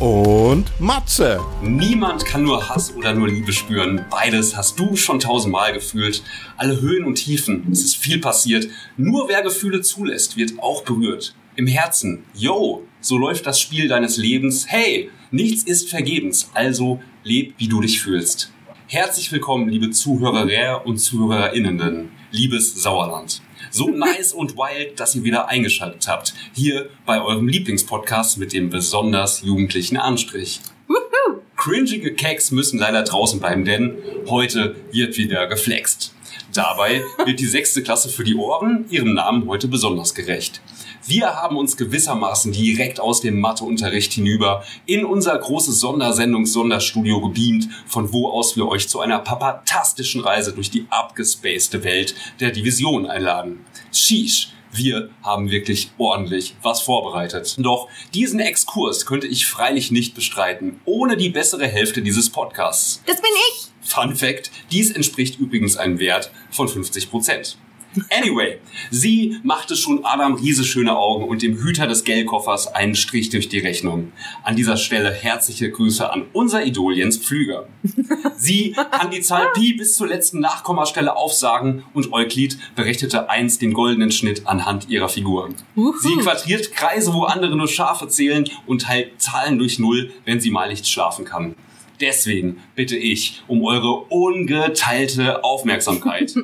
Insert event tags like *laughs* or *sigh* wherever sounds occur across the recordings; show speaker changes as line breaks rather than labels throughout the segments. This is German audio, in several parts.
und Matze.
Niemand kann nur Hass oder nur Liebe spüren. Beides hast du schon tausendmal gefühlt. Alle Höhen und Tiefen, es ist viel passiert. Nur wer Gefühle zulässt, wird auch berührt. Im Herzen, yo, so läuft das Spiel deines Lebens. Hey, nichts ist vergebens, also leb, wie du dich fühlst. Herzlich willkommen, liebe Zuhörer und Zuhörerinnen, liebes Sauerland. So nice und wild, dass ihr wieder eingeschaltet habt. Hier bei eurem Lieblingspodcast mit dem besonders jugendlichen Anstrich. Cringige Keks müssen leider draußen bleiben, denn heute wird wieder geflext. Dabei wird die sechste Klasse für die Ohren ihrem Namen heute besonders gerecht. Wir haben uns gewissermaßen direkt aus dem Matheunterricht hinüber in unser großes Sondersendungs-Sonderstudio gebeamt, von wo aus wir euch zu einer papatastischen Reise durch die abgespacede Welt der Division einladen. Sheesh, wir haben wirklich ordentlich was vorbereitet. Doch diesen Exkurs könnte ich freilich nicht bestreiten, ohne die bessere Hälfte dieses Podcasts.
Das bin ich.
Fun Fact, dies entspricht übrigens einem Wert von 50 Prozent. Anyway, sie machte schon Adam Riese schöne Augen und dem Hüter des Geldkoffers einen Strich durch die Rechnung. An dieser Stelle herzliche Grüße an unser Idol Jens Pflüger. Sie kann die Zahl Pi bis zur letzten Nachkommastelle aufsagen und Euklid berechnete einst den goldenen Schnitt anhand ihrer Figur. Sie quadriert Kreise, wo andere nur Schafe zählen und teilt Zahlen durch Null, wenn sie mal nicht schlafen kann. Deswegen bitte ich um eure ungeteilte Aufmerksamkeit.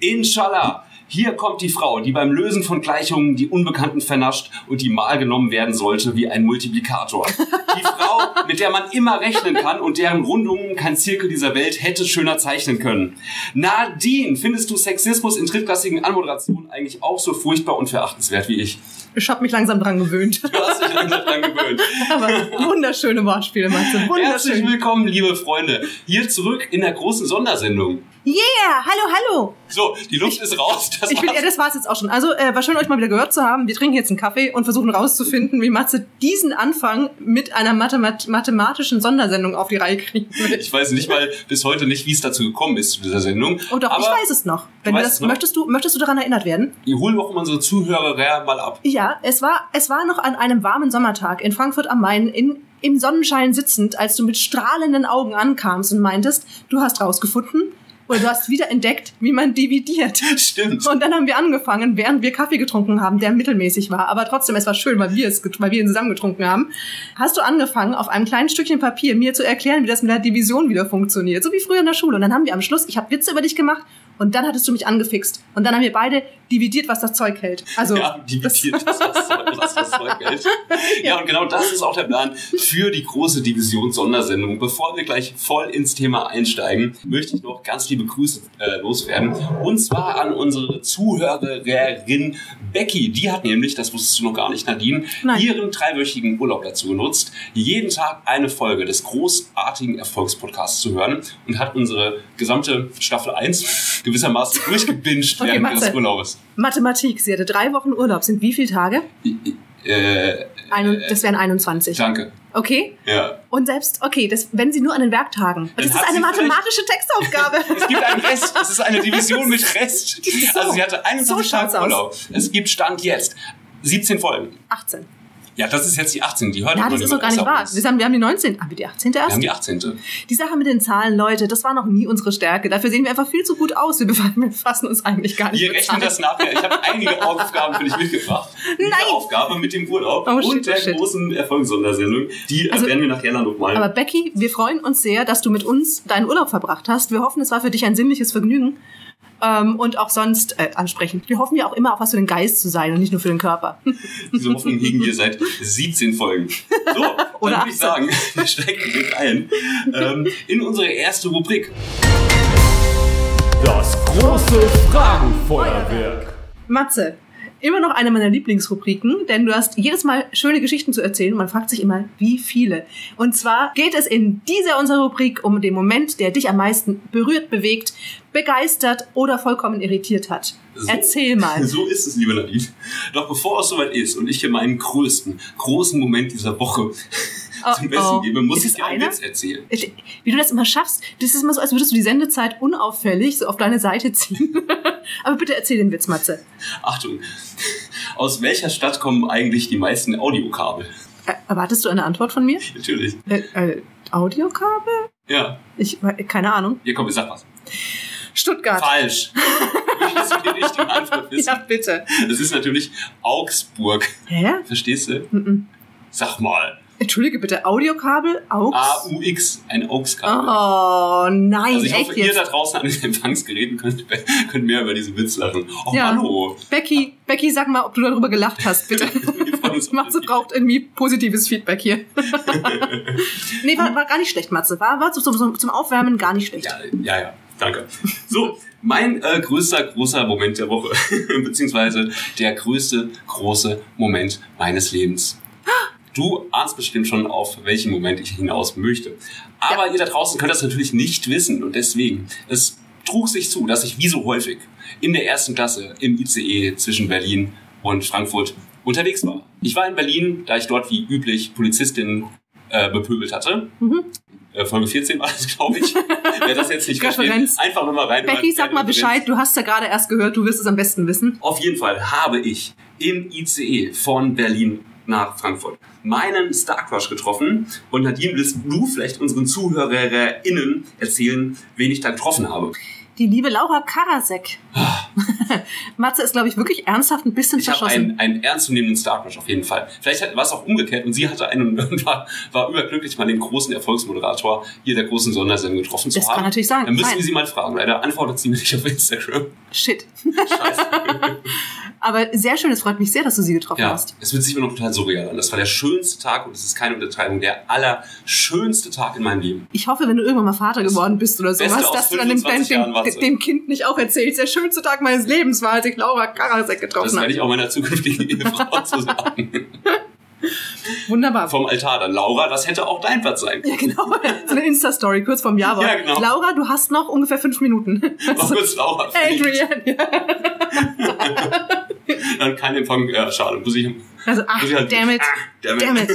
Inshallah. Hier kommt die Frau, die beim Lösen von Gleichungen die Unbekannten vernascht und die mal genommen werden sollte wie ein Multiplikator. Die Frau, mit der man immer rechnen kann und deren Rundungen kein Zirkel dieser Welt hätte schöner zeichnen können. Nadine, findest du Sexismus in drittklassigen Anmoderationen eigentlich auch so furchtbar und verachtenswert wie ich?
Ich habe mich langsam dran gewöhnt. *laughs*
Du hast dich langsam dran gewöhnt.
Aber wunderschöne Wortspiele, Matze.
Herzlich
Wunderschön.
willkommen, liebe Freunde, hier zurück in der großen Sondersendung.
Yeah, hallo, hallo.
So, die Luft ist raus. Das
Ich bin, ja,
war's.
das war's jetzt auch schon. Also, äh, war schön, euch mal wieder gehört zu haben. Wir trinken jetzt einen Kaffee und versuchen rauszufinden, wie Matze diesen Anfang mit einer Mathemat mathematischen Sondersendung auf die Reihe kriegen würde.
ich weiß nicht mal bis heute nicht, wie es dazu gekommen ist zu dieser Sendung.
Oh doch,
aber
ich weiß es noch. Wenn du
weißt
das,
es noch?
Möchtest, du, möchtest du daran erinnert werden?
Wir holen doch unsere Zuhörer mal ab. *laughs*
Ja, es war, es war noch an einem warmen Sommertag in Frankfurt am Main in, im Sonnenschein sitzend, als du mit strahlenden Augen ankamst und meintest, du hast rausgefunden oder du hast wieder entdeckt, wie man dividiert.
Stimmt.
Und dann haben wir angefangen, während wir Kaffee getrunken haben, der mittelmäßig war, aber trotzdem, es war schön, weil wir, es, get- weil wir ihn zusammen getrunken haben, hast du angefangen, auf einem kleinen Stückchen Papier mir zu erklären, wie das mit der Division wieder funktioniert, so wie früher in der Schule. Und dann haben wir am Schluss, ich habe Witze über dich gemacht und dann hattest du mich angefixt. Und dann haben wir beide dividiert, was das Zeug hält. Also,
Ja, dividiert das, das, das, das
*laughs*
Zeug hält. Ja, und genau das ist auch der Plan für die große Division-Sondersendung. Bevor wir gleich voll ins Thema einsteigen, möchte ich noch ganz liebe Grüße äh, loswerden. Und zwar an unsere Zuhörerin Becky. Die hat nämlich, das wusstest du noch gar nicht, Nadine,
Nein.
ihren dreiwöchigen Urlaub dazu genutzt, jeden Tag eine Folge des großartigen Erfolgspodcasts zu hören und hat unsere gesamte Staffel 1 gewissermaßen *laughs* durchgebinged
Okay,
während
Matze.
ihres Urlaubes.
Mathematik, sie hatte drei Wochen Urlaub, sind wie viele Tage?
Äh,
Ein, das wären 21.
danke.
Okay?
Ja.
Und selbst, okay, das, wenn sie nur an den Werktagen. Das
Dann
ist
hat
eine
sie vielleicht-
mathematische Textaufgabe.
*laughs* Es gibt einen Rest. Es ist eine Division mit
*laughs*
Rest. also sie hatte 21
so schaut's
Tage
aus.
Urlaub. Es gibt Stand jetzt 17 Folgen.
18.
Ja, das ist jetzt die 18. Die hört
Ja,
man
das ist doch
immer
gar nicht
besser
wahr.
aus.
Wir haben, wir haben die 19. Haben wir die 18.
Wir haben
erst?
die 18.
Die Sache mit den Zahlen, Leute, das war noch nie unsere Stärke. Dafür sehen wir einfach viel zu gut aus. Wir *laughs* befa- wir befassen uns eigentlich gar nicht
Wir
mit
rechnen
Zahlen.
das nachher. Ich habe
*laughs*
einige Aufgaben für dich mitgebracht. Diese
Nice.
Aufgabe mit dem Urlaub
Oh, shit,
und der
oh, shit.
großen Erfolgssondersendung, die
Also-
werden wir nachher dann nochmal.
Aber Becky, wir freuen uns sehr, dass du mit uns deinen Urlaub verbracht hast. Wir hoffen, es war für dich ein sinnliches Vergnügen. Ähm, und auch sonst äh, ansprechend. Wir hoffen ja auch immer, auch was für den Geist zu sein und nicht nur für den Körper.
Diese Hoffnung hegen wir seit 17 Folgen. So, dann
Oder
würde ich
18.
sagen, *laughs* wir steigen direkt ein ähm, in unsere erste Rubrik.
Das große Frage. Magenfeuerwerk.
Matze, immer noch eine meiner Lieblingsrubriken, denn du hast jedes Mal schöne Geschichten zu erzählen und man fragt sich immer, wie viele. Und zwar geht es in dieser unserer Rubrik um den Moment, der dich am meisten berührt, bewegt, begeistert oder vollkommen irritiert hat.
So-
Erzähl mal.
*laughs* So ist es, liebe Nadine. Doch bevor es soweit ist und ich hier meinen größten, großen Moment dieser Woche *laughs*
Oh,
zum Besten
oh.
gebe, muss
Ist
ich
es
dir einen
einer?
Witz erzählen.
Ich- Wie du das immer schaffst, das ist immer so, als würdest du die Sendezeit unauffällig so auf deine Seite ziehen. *laughs* Aber bitte erzähl den Witz, Matze.
Achtung. Aus welcher Stadt kommen eigentlich die meisten Audiokabel? *laughs*
Äh, erwartest du eine Antwort von mir?
Natürlich.
Äh, äh, Audiokabel?
Ja.
Ich, äh, keine Ahnung.
Hier komm, ich sag was.
Stuttgart. *laughs*
Falsch. Möchtest du die richtige Antwort wissen?
Ja, bitte.
Es ist natürlich Augsburg.
Hä?
Verstehst du?
Mhm.
Sag mal.
Entschuldige bitte, Audiokabel, AUX?
AUX, ein AUX-Kabel.
Oh nein,
Ah, um. Also ich
echt
hoffe, ihr
jetzt.
da draußen an den Empfangsgeräten könnt, *laughs* könnt mehr über diesen Witz lachen. Oh,
Ja.
hallo.
Becky, Becky, sag mal, ob du darüber gelacht hast, bitte.
*laughs*
*laughs*
Wir freuen uns auf
Matze
den
braucht irgendwie positives
*laughs*
Feedback hier. nee, war, war gar nicht schlecht, Matze. War, war zum, zum, zum Aufwärmen gar nicht schlecht.
Ja, ja, ja, danke. So, mein äh, größter, großer Moment der Woche, *laughs* beziehungsweise der größte, große Moment meines Lebens. Du ahnst bestimmt schon, auf welchen Moment ich hinaus möchte. Aber ihr da draußen könnt das natürlich nicht wissen und deswegen, es trug sich zu, dass ich wie so häufig in der ersten Klasse im ICE zwischen Berlin und Frankfurt unterwegs war. Ich war in Berlin, da ich dort wie üblich Polizistinnen äh, bepöbelt hatte.
Mhm.
Äh, Folge 14 war das, glaube
*laughs*
ich. Wer das jetzt nicht
Referenz.
versteht, einfach nochmal rein.
Becky, sag mal Bescheid, du hast ja gerade erst gehört, du wirst es am besten wissen.
Auf jeden Fall habe ich im ICE von Berlin nach Frankfurt meinen Star Crush getroffen und Nadine, willst du vielleicht unseren ZuhörerInnen erzählen, wen ich da getroffen habe?
Die liebe Laura Karasek.
*sighs*
Matze ist, glaube ich, wirklich ernsthaft ein bisschen
Ich habe
verschossen.
einen, einen ernstzunehmenden Star Crush auf jeden Fall. Vielleicht hat- war es auch umgekehrt und sie hatte einen und *laughs* war, war überglücklich, mal den großen Erfolgsmoderator hier der großen Sondersendung getroffen zu
Das
haben.
kann natürlich sein.
Dann müssen
Nein.
wir sie mal fragen. Leider antwortet sie mir nicht auf Instagram.
Shit.
Scheiße.
*laughs* Aber sehr schön, es freut mich sehr, dass du sie getroffen
Ja,
hast.
es wird sich immer noch total surreal an. Das war der schönste Tag und es ist keine Untertreibung, der allerschönste Tag in meinem Leben.
Ich hoffe, wenn du irgendwann mal Vater geworden bist oder
Beste
sowas,
aus
dass du dann dem,
25 Jahren
dein-
Matze.
dem, dem Kind nicht auch erzählst, der schönste Tag meines Lebens war, als ich Laura Karasek
Das
getroffen
werde
habe.
ich auch meiner zukünftigen *laughs* Ehefrau zu sagen.
Wunderbar.
Vom Altar dann. Laura, das hätte auch dein Platz sein können.
Ja, genau. *laughs* So eine Insta-Story, kurz vom Java.
Ja, genau.
Laura, du hast noch ungefähr fünf Minuten. Also,
War kurz Laura. verliebt.
Adrian. Ja.
Dann kein Empfang. Ja, schade. Muss ich, muss
Also, ach,
ich halt
damn it.
Ah, damn it.
Damn it.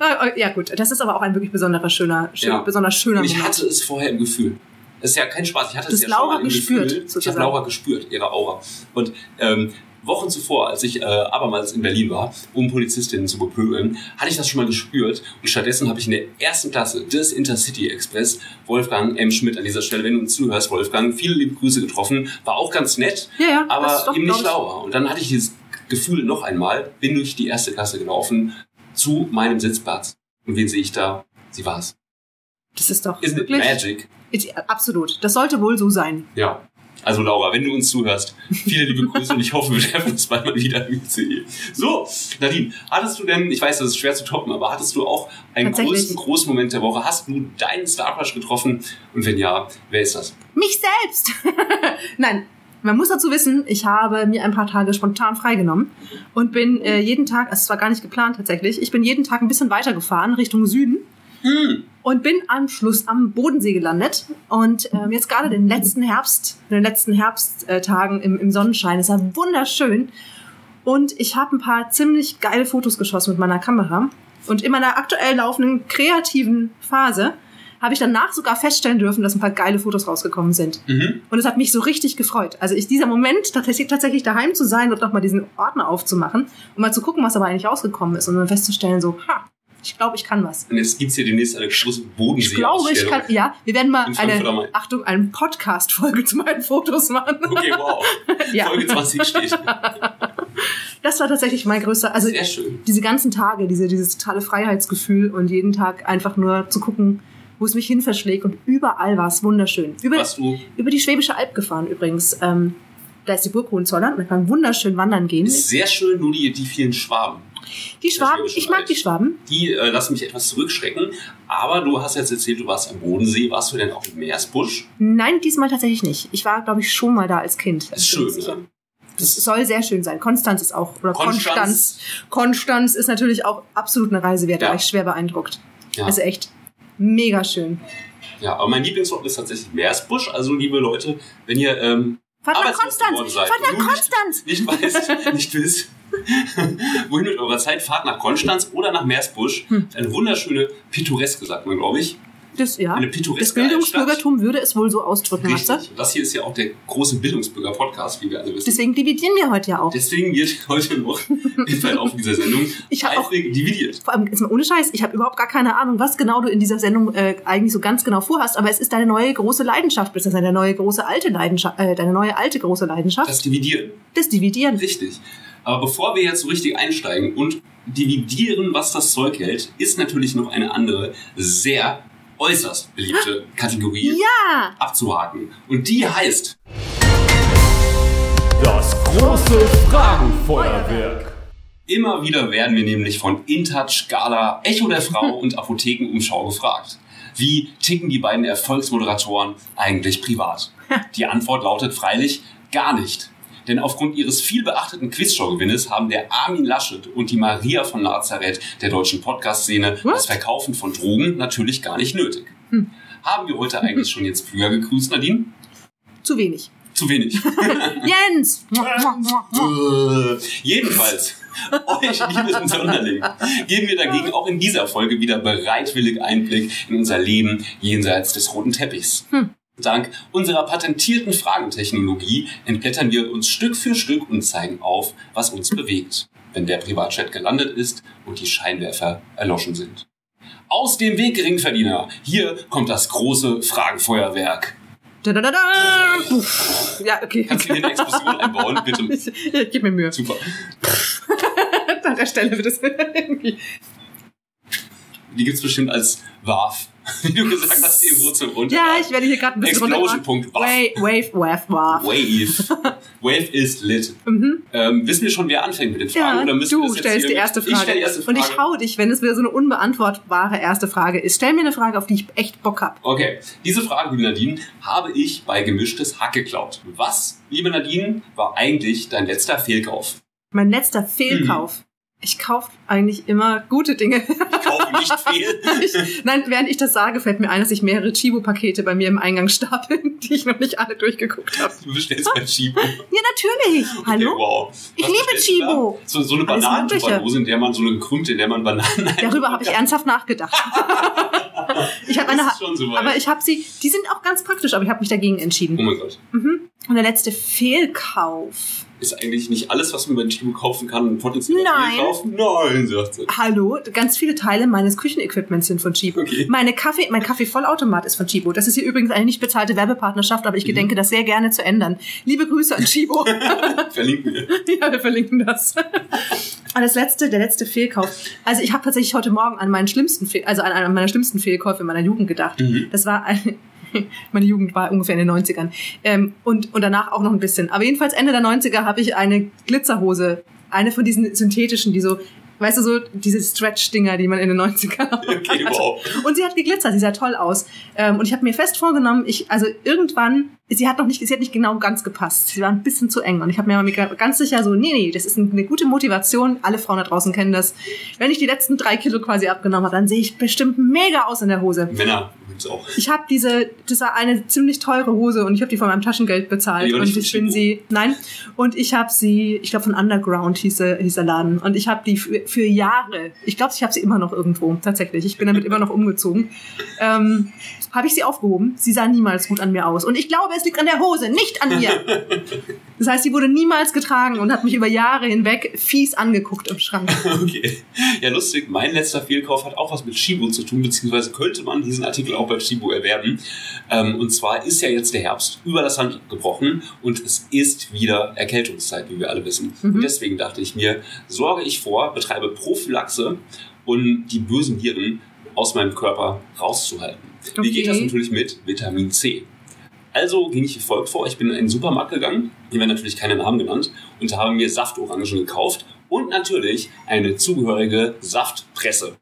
Ah, ah, Ja, gut. Das ist aber auch ein wirklich besonderer, schöner, schön,
Ja.
besonders schöner
Und ich
Moment.
hatte es vorher im Gefühl. Das ist ja kein Spaß. Ich hatte
Du
es
hast
ja schon
Laura
mal im
gespürt,
Gefühl. Ich
sozusagen.
habe Laura gespürt, ihre Aura. Und ähm, Wochen zuvor, als ich äh, abermals in Berlin war, um Polizistinnen zu bepöbeln, hatte ich das schon mal gespürt. Und stattdessen habe ich in der ersten Klasse des Intercity Express Wolfgang M. Schmidt an dieser Stelle, wenn du uns zuhörst, Wolfgang, viele liebe Grüße getroffen. War auch ganz nett,
Ja, ja, das ist
aber
doch,
eben
glaub
nicht
ich-
Laura. Und dann hatte ich dieses Gefühl noch einmal, bin durch die erste Klasse gelaufen zu meinem Sitzplatz. Und wen sehe ich da? Sie war es.
Das ist doch
Isn't it
wirklich.
magic?
Ich- Absolut. Das sollte wohl so sein.
Ja. Also Laura, wenn du uns zuhörst, viele liebe Grüße und ich hoffe, wir treffen uns bald mal wieder im ICE. So, Nadine, hattest du denn, ich weiß, das ist schwer zu toppen, aber hattest du auch einen
Tatsächlich.
größten, großen Moment der Woche? Hast du deinen Star Crush getroffen? Und wenn ja, wer ist das?
Mich selbst! *laughs* Nein, man muss dazu wissen, ich habe mir ein paar Tage spontan freigenommen und bin äh, jeden Tag, also es war gar nicht geplant tatsächlich, ich bin jeden Tag ein bisschen weiter gefahren Richtung Süden
Hm,
und bin am Schluss am Bodensee gelandet. Und ähm, jetzt gerade den letzten Herbst, in den letzten Herbsttagen im, im Sonnenschein, es war wunderschön. Und ich habe ein paar ziemlich geile Fotos geschossen mit meiner Kamera. Und in meiner aktuell laufenden kreativen Phase habe ich danach sogar feststellen dürfen, dass ein paar geile Fotos rausgekommen sind.
mhm.
Und es hat mich so richtig gefreut. Also ich, dieser Moment, tatsächlich, tatsächlich daheim zu sein und nochmal diesen Ordner aufzumachen und mal zu gucken, was aber eigentlich rausgekommen ist und dann festzustellen, so, ha, ich glaube, ich kann was.
Und jetzt gibt's hier demnächst eine große bodensee
Ich glaube, ich kann, ja, wir werden mal
In Frankfurt am Main.
eine, Achtung, eine Podcast-Folge *laughs* zu meinen
*laughs*
Fotos machen.
Okay, wow.
*laughs* Ja,
Folge 20
*laughs*
steht.
das war tatsächlich mein größter, also
Sehr schön.
diese ganzen Tage, diese, dieses totale Freiheitsgefühl und jeden Tag einfach nur zu gucken, wo es mich hin verschlägt und überall war es wunderschön. Über,
Was du
über die Schwäbische Alb gefahren übrigens. Ähm, Da ist die Burg Hohenzollern und man kann wunderschön wandern gehen.
Ist sehr schön, nur die, die vielen Schwaben.
Die Schwaben,
Schwäbische
ich mag
Wald.
die Schwaben.
Die äh, lassen mich etwas zurückschrecken. Aber du hast jetzt erzählt, du warst am Bodensee. Warst du denn auch im Meersbusch?
Nein, diesmal tatsächlich nicht. Ich war, glaube ich, schon mal da als Kind.
Ist schön, ne?
Das soll sehr schön sein. Konstanz ist auch, oder
Konstanz.
Konstanz. Konstanz ist natürlich auch absolut eine Reise wert, da
Ja.
war ich schwer beeindruckt.
Ja.
Also echt mega schön.
Ja, aber mein Lieblingsort ist tatsächlich Meersbusch. Also, liebe Leute, wenn ihr ähm, *laughs*
Fahrt nach
arbeitslos geworden
Konstanz!
seid,
Fahrt nach
nun nicht-
Konstanz!
nicht
*laughs*
weißt, nicht wisst, *laughs* wohin mit eurer Zeit, fahrt nach Konstanz oder nach Meersbusch.
Hm.
Eine wunderschöne, pittoreske, sagt man, glaube ich.
Das, ja.
Eine pittoreske
das Bildungsbürgertum würde es wohl so ausdrücken, weißt du?
Richtig. Und das hier ist ja auch der große Bildungsbürger-Podcast, wie wir alle wissen.
Deswegen dividieren wir heute ja auch.
Deswegen wird *laughs* heute
*laughs*
noch im Verlauf dieser Sendung
Ich hab auch-
eifrig dividiert.
Vor allem, jetzt mal ohne Scheiß, ich habe überhaupt gar keine Ahnung, was genau du in dieser Sendung äh, eigentlich so ganz genau vorhast, aber es ist deine neue große Leidenschaft, beziehungsweise deine neue große alte Leidenschaft, äh, deine neue alte große Leidenschaft,
Das Dividieren.
das Dividieren.
Richtig. Aber bevor wir jetzt so richtig einsteigen und dividieren, was das Zeug hält, ist natürlich noch eine andere, sehr äußerst beliebte Kategorie
Ja!
abzuhaken. Und die heißt
Das große Fragenfeuerwerk.
Immer wieder werden wir nämlich von InTouch, Gala, Echo
*laughs*
der Frau und Apothekenumschau gefragt. Wie ticken die beiden Erfolgsmoderatoren eigentlich privat? Die Antwort lautet freilich gar nicht. Denn aufgrund ihres viel beachteten Quizshow-Gewinnes haben der Armin Laschet und die Maria von Nazareth der deutschen Podcast-Szene das Verkaufen von Drogen natürlich gar nicht nötig. Haben wir heute eigentlich schon jetzt früher gegrüßt, Nadine?
Zu wenig.
Zu wenig.
Jens! Mua, mua, mua, mua.
Äh, Jedenfalls, euch, lieben Sonderling, geben wir dagegen auch in dieser Folge wieder bereitwillig Einblick in unser Leben jenseits des roten Teppichs. Dank unserer patentierten Fragentechnologie entblättern wir uns Stück für Stück und zeigen auf, was uns bewegt, wenn der Privatchat gelandet ist und die Scheinwerfer erloschen sind. Aus dem Weg, Geringverdiener! Hier kommt das große Fragenfeuerwerk.
Da, da, da, da. Puff. Ja, okay.
Kannst du hier
*laughs*
eine Explosion einbauen, bitte?
Ich, ich gib mir Mühe.
Super.
An der Stelle wird es *laughs* irgendwie.
Die gibt's bestimmt als WAF. *laughs* Wie du gesagt hast, eben Wurzel runter.
Ja, ich werde hier gerade ein bisschen
Explosion.
runtergebracht.
Waff.
Wave, wave, wave, Mhm. wave.
Wave. Wave is lit. Ähm, wissen wir schon, wer anfängt mit den Fragen?
Ja,
oder müssen wir
du
das jetzt
stellst
hier
die
mit-
erste Frage.
Ich stelle die erste Frage.
Und ich hau dich, wenn es wieder so eine unbeantwortbare erste Frage ist. Stell mir eine Frage, auf die ich echt Bock hab.
Okay, diese Frage, liebe Nadine, habe ich bei gemischtes Hack geklaut. Was, liebe Nadine, war eigentlich dein letzter Fehlkauf?
Mein letzter
Mhm.
Fehlkauf. Ich kaufe eigentlich immer gute Dinge. *laughs*
Ich kaufe nicht fehl.
Ich, nein, während ich das sage, fällt mir ein, dass ich mehrere Chibo-Pakete bei mir im Eingang stapeln, *laughs* die ich noch nicht alle durchgeguckt
*laughs*
habe.
Du bestellst bei Chibo.
Ja, natürlich.
Okay,
Hallo?
wow.
Ich
Was
liebe
bestellst du da?
Chibo.
So, so eine
Alles
Bananentupperdose, in der man so eine gekrümmte, in der man Bananen...
Darüber habe ich ernsthaft
*laughs*
nachgedacht. *laughs* ich habe eine,
Das ist schon so weit.
aber ich habe sie. Die sind auch ganz praktisch, aber ich habe mich dagegen
Oh
entschieden.
mein Gott.
Und der letzte Fehlkauf.
Ist eigentlich nicht alles, was man bei Chibo kaufen kann, ein potenzieller
Nein.
Fehlkauf? Nein, sagt sie.
Hallo, ganz viele Teile meines Küchenequipments sind von Chibo.
Okay.
Meine Kaffee, mein Kaffeevollautomat ist von Chibo. Das ist hier übrigens eine nicht bezahlte Werbepartnerschaft, aber ich gedenke das sehr gerne zu ändern. Liebe Grüße an Chibo.
Verlinken wir.
*laughs* Ja, wir verlinken das. *laughs* Und das letzte, der letzte Fehlkauf. Also ich habe tatsächlich heute Morgen an meinen schlimmsten, Fehl, also an einen meiner schlimmsten Fehlkäufe in meiner Jugend gedacht.
Mhm.
Das war ein, *laughs* meine Jugend war ungefähr in den 90ern. Ähm, und, und danach auch noch ein bisschen. Aber jedenfalls Ende der 90er habe ich eine Glitzerhose. Eine von diesen synthetischen, die so, weißt du, so diese Stretch-Dinger, die man in
*laughs*
den 90ern
Okay,
hatte.
wow.
Und sie hat geglitzert, sie sah toll aus. Ähm, und ich habe mir fest vorgenommen, ich, also irgendwann, sie hat noch nicht, sie hat nicht genau ganz gepasst. Sie war ein bisschen zu eng. Und ich habe mir aber mega- ganz sicher so, nee, nee, das ist eine gute Motivation. Alle Frauen da draußen kennen das. Wenn ich die letzten drei Kilo quasi abgenommen habe, dann sehe ich bestimmt mega aus in der Hose.
Männer übrigens auch. *laughs*
Ich habe diese, das war eine ziemlich teure Hose und ich habe die von meinem Taschengeld bezahlt.
Die war
Und
nicht
ich
von
bin sie, nein, und ich habe sie, ich glaube von Underground hieß, der- hieß der Laden. Und ich habe die für, für Jahre, ich glaube, ich habe sie immer noch irgendwo, tatsächlich. Ich bin damit immer noch umgezogen. Ähm, habe ich sie aufgehoben. Sie sah niemals gut an mir aus. Und ich glaube, es liegt an der Hose, nicht an
*laughs*
mir. Das heißt, sie wurde niemals getragen und hat mich über Jahre hinweg fies angeguckt im Schrank.
Okay. Ja, lustig. Mein letzter Fehlkauf hat auch was mit Shibu zu tun, beziehungsweise könnte man diesen Artikel auch bei Shibu erwerben. Ähm, und zwar ist ja jetzt der Herbst über das Land gebrochen und es ist wieder Erkältungszeit, wie wir alle wissen. Und deswegen dachte ich mir, sorge ich vor, betreibe Prophylaxe, um die bösen Viren aus meinem Körper rauszuhalten. Wie
Okay.
geht das natürlich mit Vitamin C? Also ging ich wie folgt vor. Ich bin in einen Supermarkt gegangen, hier werden natürlich keine Namen genannt, und habe mir Saftorangen gekauft und natürlich eine zugehörige Saftpresse.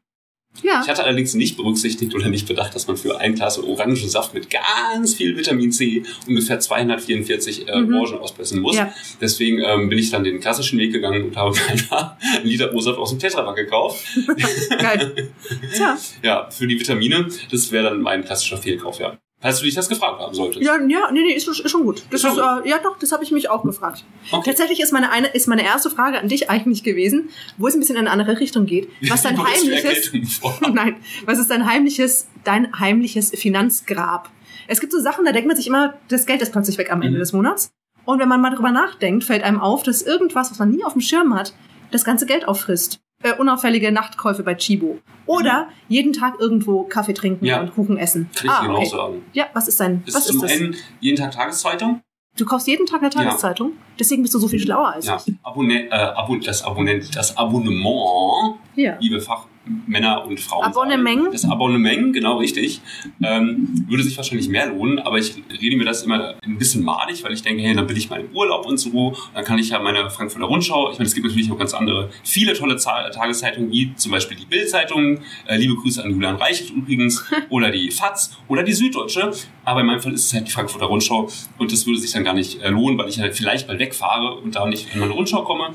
Ja.
Ich hatte allerdings nicht berücksichtigt oder nicht bedacht, dass man für ein Glas Orangensaft mit ganz viel Vitamin C ungefähr 244 äh, Orangen auspressen muss.
Mhm. Ja.
Deswegen ähm, bin ich dann den klassischen Weg gegangen und habe mir *laughs* einfach einen Liter O-Saft aus dem Tetrapack gekauft. *laughs*
Geil. Tja,
Ja, für die Vitamine. Das wäre dann mein klassischer Fehlkauf, ja. Falls du dich das gefragt haben solltest.
ja, ja, nee, nee, ist, ist schon gut. Das
Ist
ist,
schon
äh, ja doch, das habe ich mich auch gefragt.
Okay.
Tatsächlich ist meine, eine, ist meine erste Frage an dich eigentlich gewesen, wo es ein bisschen in eine andere Richtung geht.
*laughs*
Was dein
Du hast für
heimliches,
Erkältung vor.
*laughs* nein, was ist dein heimliches, dein heimliches Finanzgrab? Es gibt so Sachen, da denkt man sich immer, das Geld ist plötzlich weg am Ende
Mhm.
des Monats. Und wenn man mal drüber nachdenkt, fällt einem auf, dass irgendwas, was man nie auf dem Schirm hat, das ganze Geld auffrisst. Äh, unauffällige Nachtkäufe bei Chibo. Oder jeden Tag irgendwo Kaffee trinken
Mhm. Ja.
und Kuchen essen.
Kann ich dir auch sagen.
Ja, was ist dein,
Ist
Ah, was
zum
ist das?
einen jeden Tag Tageszeitung.
Du kaufst jeden Tag eine
Ja.
Tageszeitung, deswegen bist du so viel schlauer als
Ja. Abonne äh, Abo das Abonnent, das Abonnement
ich. Ja.
liebe Fachmänner und Frauen.
Abonnement?
Das Abonnement, genau richtig. Ähm, würde sich wahrscheinlich mehr lohnen, aber ich rede mir das immer ein bisschen madig, weil ich denke, hey, dann bin ich mal im Urlaub und so, dann kann ich ja meine Frankfurter Rundschau, ich meine, es gibt natürlich noch ganz andere, viele tolle Zahl Tageszeitungen, wie zum Beispiel die Bild-Zeitung, äh, liebe Grüße an Julian Reichelt übrigens, oder die FAZ oder die Süddeutsche, aber in meinem Fall ist es halt die Frankfurter Rundschau und das würde sich dann gar nicht äh, lohnen, weil ich ja vielleicht mal wegfahre und da nicht in meine Rundschau komme.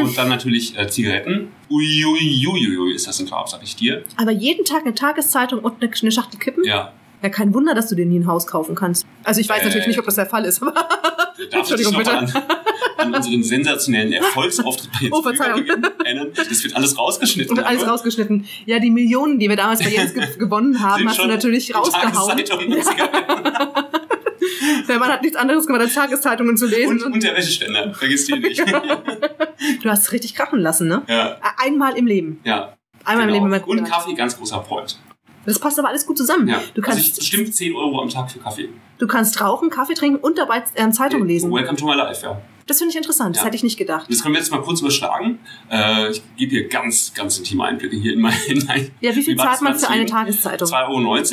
Und dann natürlich äh, Zigaretten. Uiuiuiui, ist das ein Grab, sag ich dir.
Aber jeden Tag eine Tageszeitung und eine, eine Schachtel Kippen? Ja.
Ja.
kein Wunder, dass du dir nie ein Haus kaufen kannst. Also ich weiß
Äh.
natürlich nicht, ob das der Fall ist, aber
Darf ich dich
Entschuldigung,
noch mal an, an unseren sensationellen Erfolgsauftritt
*laughs*
bei Jens
Oh, Verzeihung.
Brügger erinnern? Das wird alles rausgeschnitten.
und alles
aber
rausgeschnitten. Ja, die Millionen, die wir damals bei
*laughs*
Jens ge- gewonnen haben,
sind
hast du
schon
natürlich
die
rausgehauen.
Tageszeitungen und Zigaretten
Der Mann hat nichts anderes gemacht, als Tageszeitungen *laughs* zu lesen.
Und,
Und,
und der Wäscheständer, vergiss den nicht.
*laughs* du hast es richtig krachen lassen, ne?
ja,
Einmal im Leben.
ja. genau.
Einmal im Leben.
Und
immer gut.
Kaffee, ganz großer Point.
Das passt aber alles gut zusammen.
Ja. also
Du, kannst,
ich bestimmt 10 Euro am Tag für Kaffee.
du kannst rauchen, Kaffee trinken und dabei ähm, Zeitung lesen.
Welcome to my life, ja.
Das finde ich interessant. Das
Äh, Ja.
hätte ich nicht gedacht.
Das können wir jetzt mal kurz überschlagen. Äh, ich gebe hier ganz, ganz intime Einblicke hier in mein, in mein
Ja, wie viel
privates
zahlt man für eine
Leben.
Tageszeitung?
2,90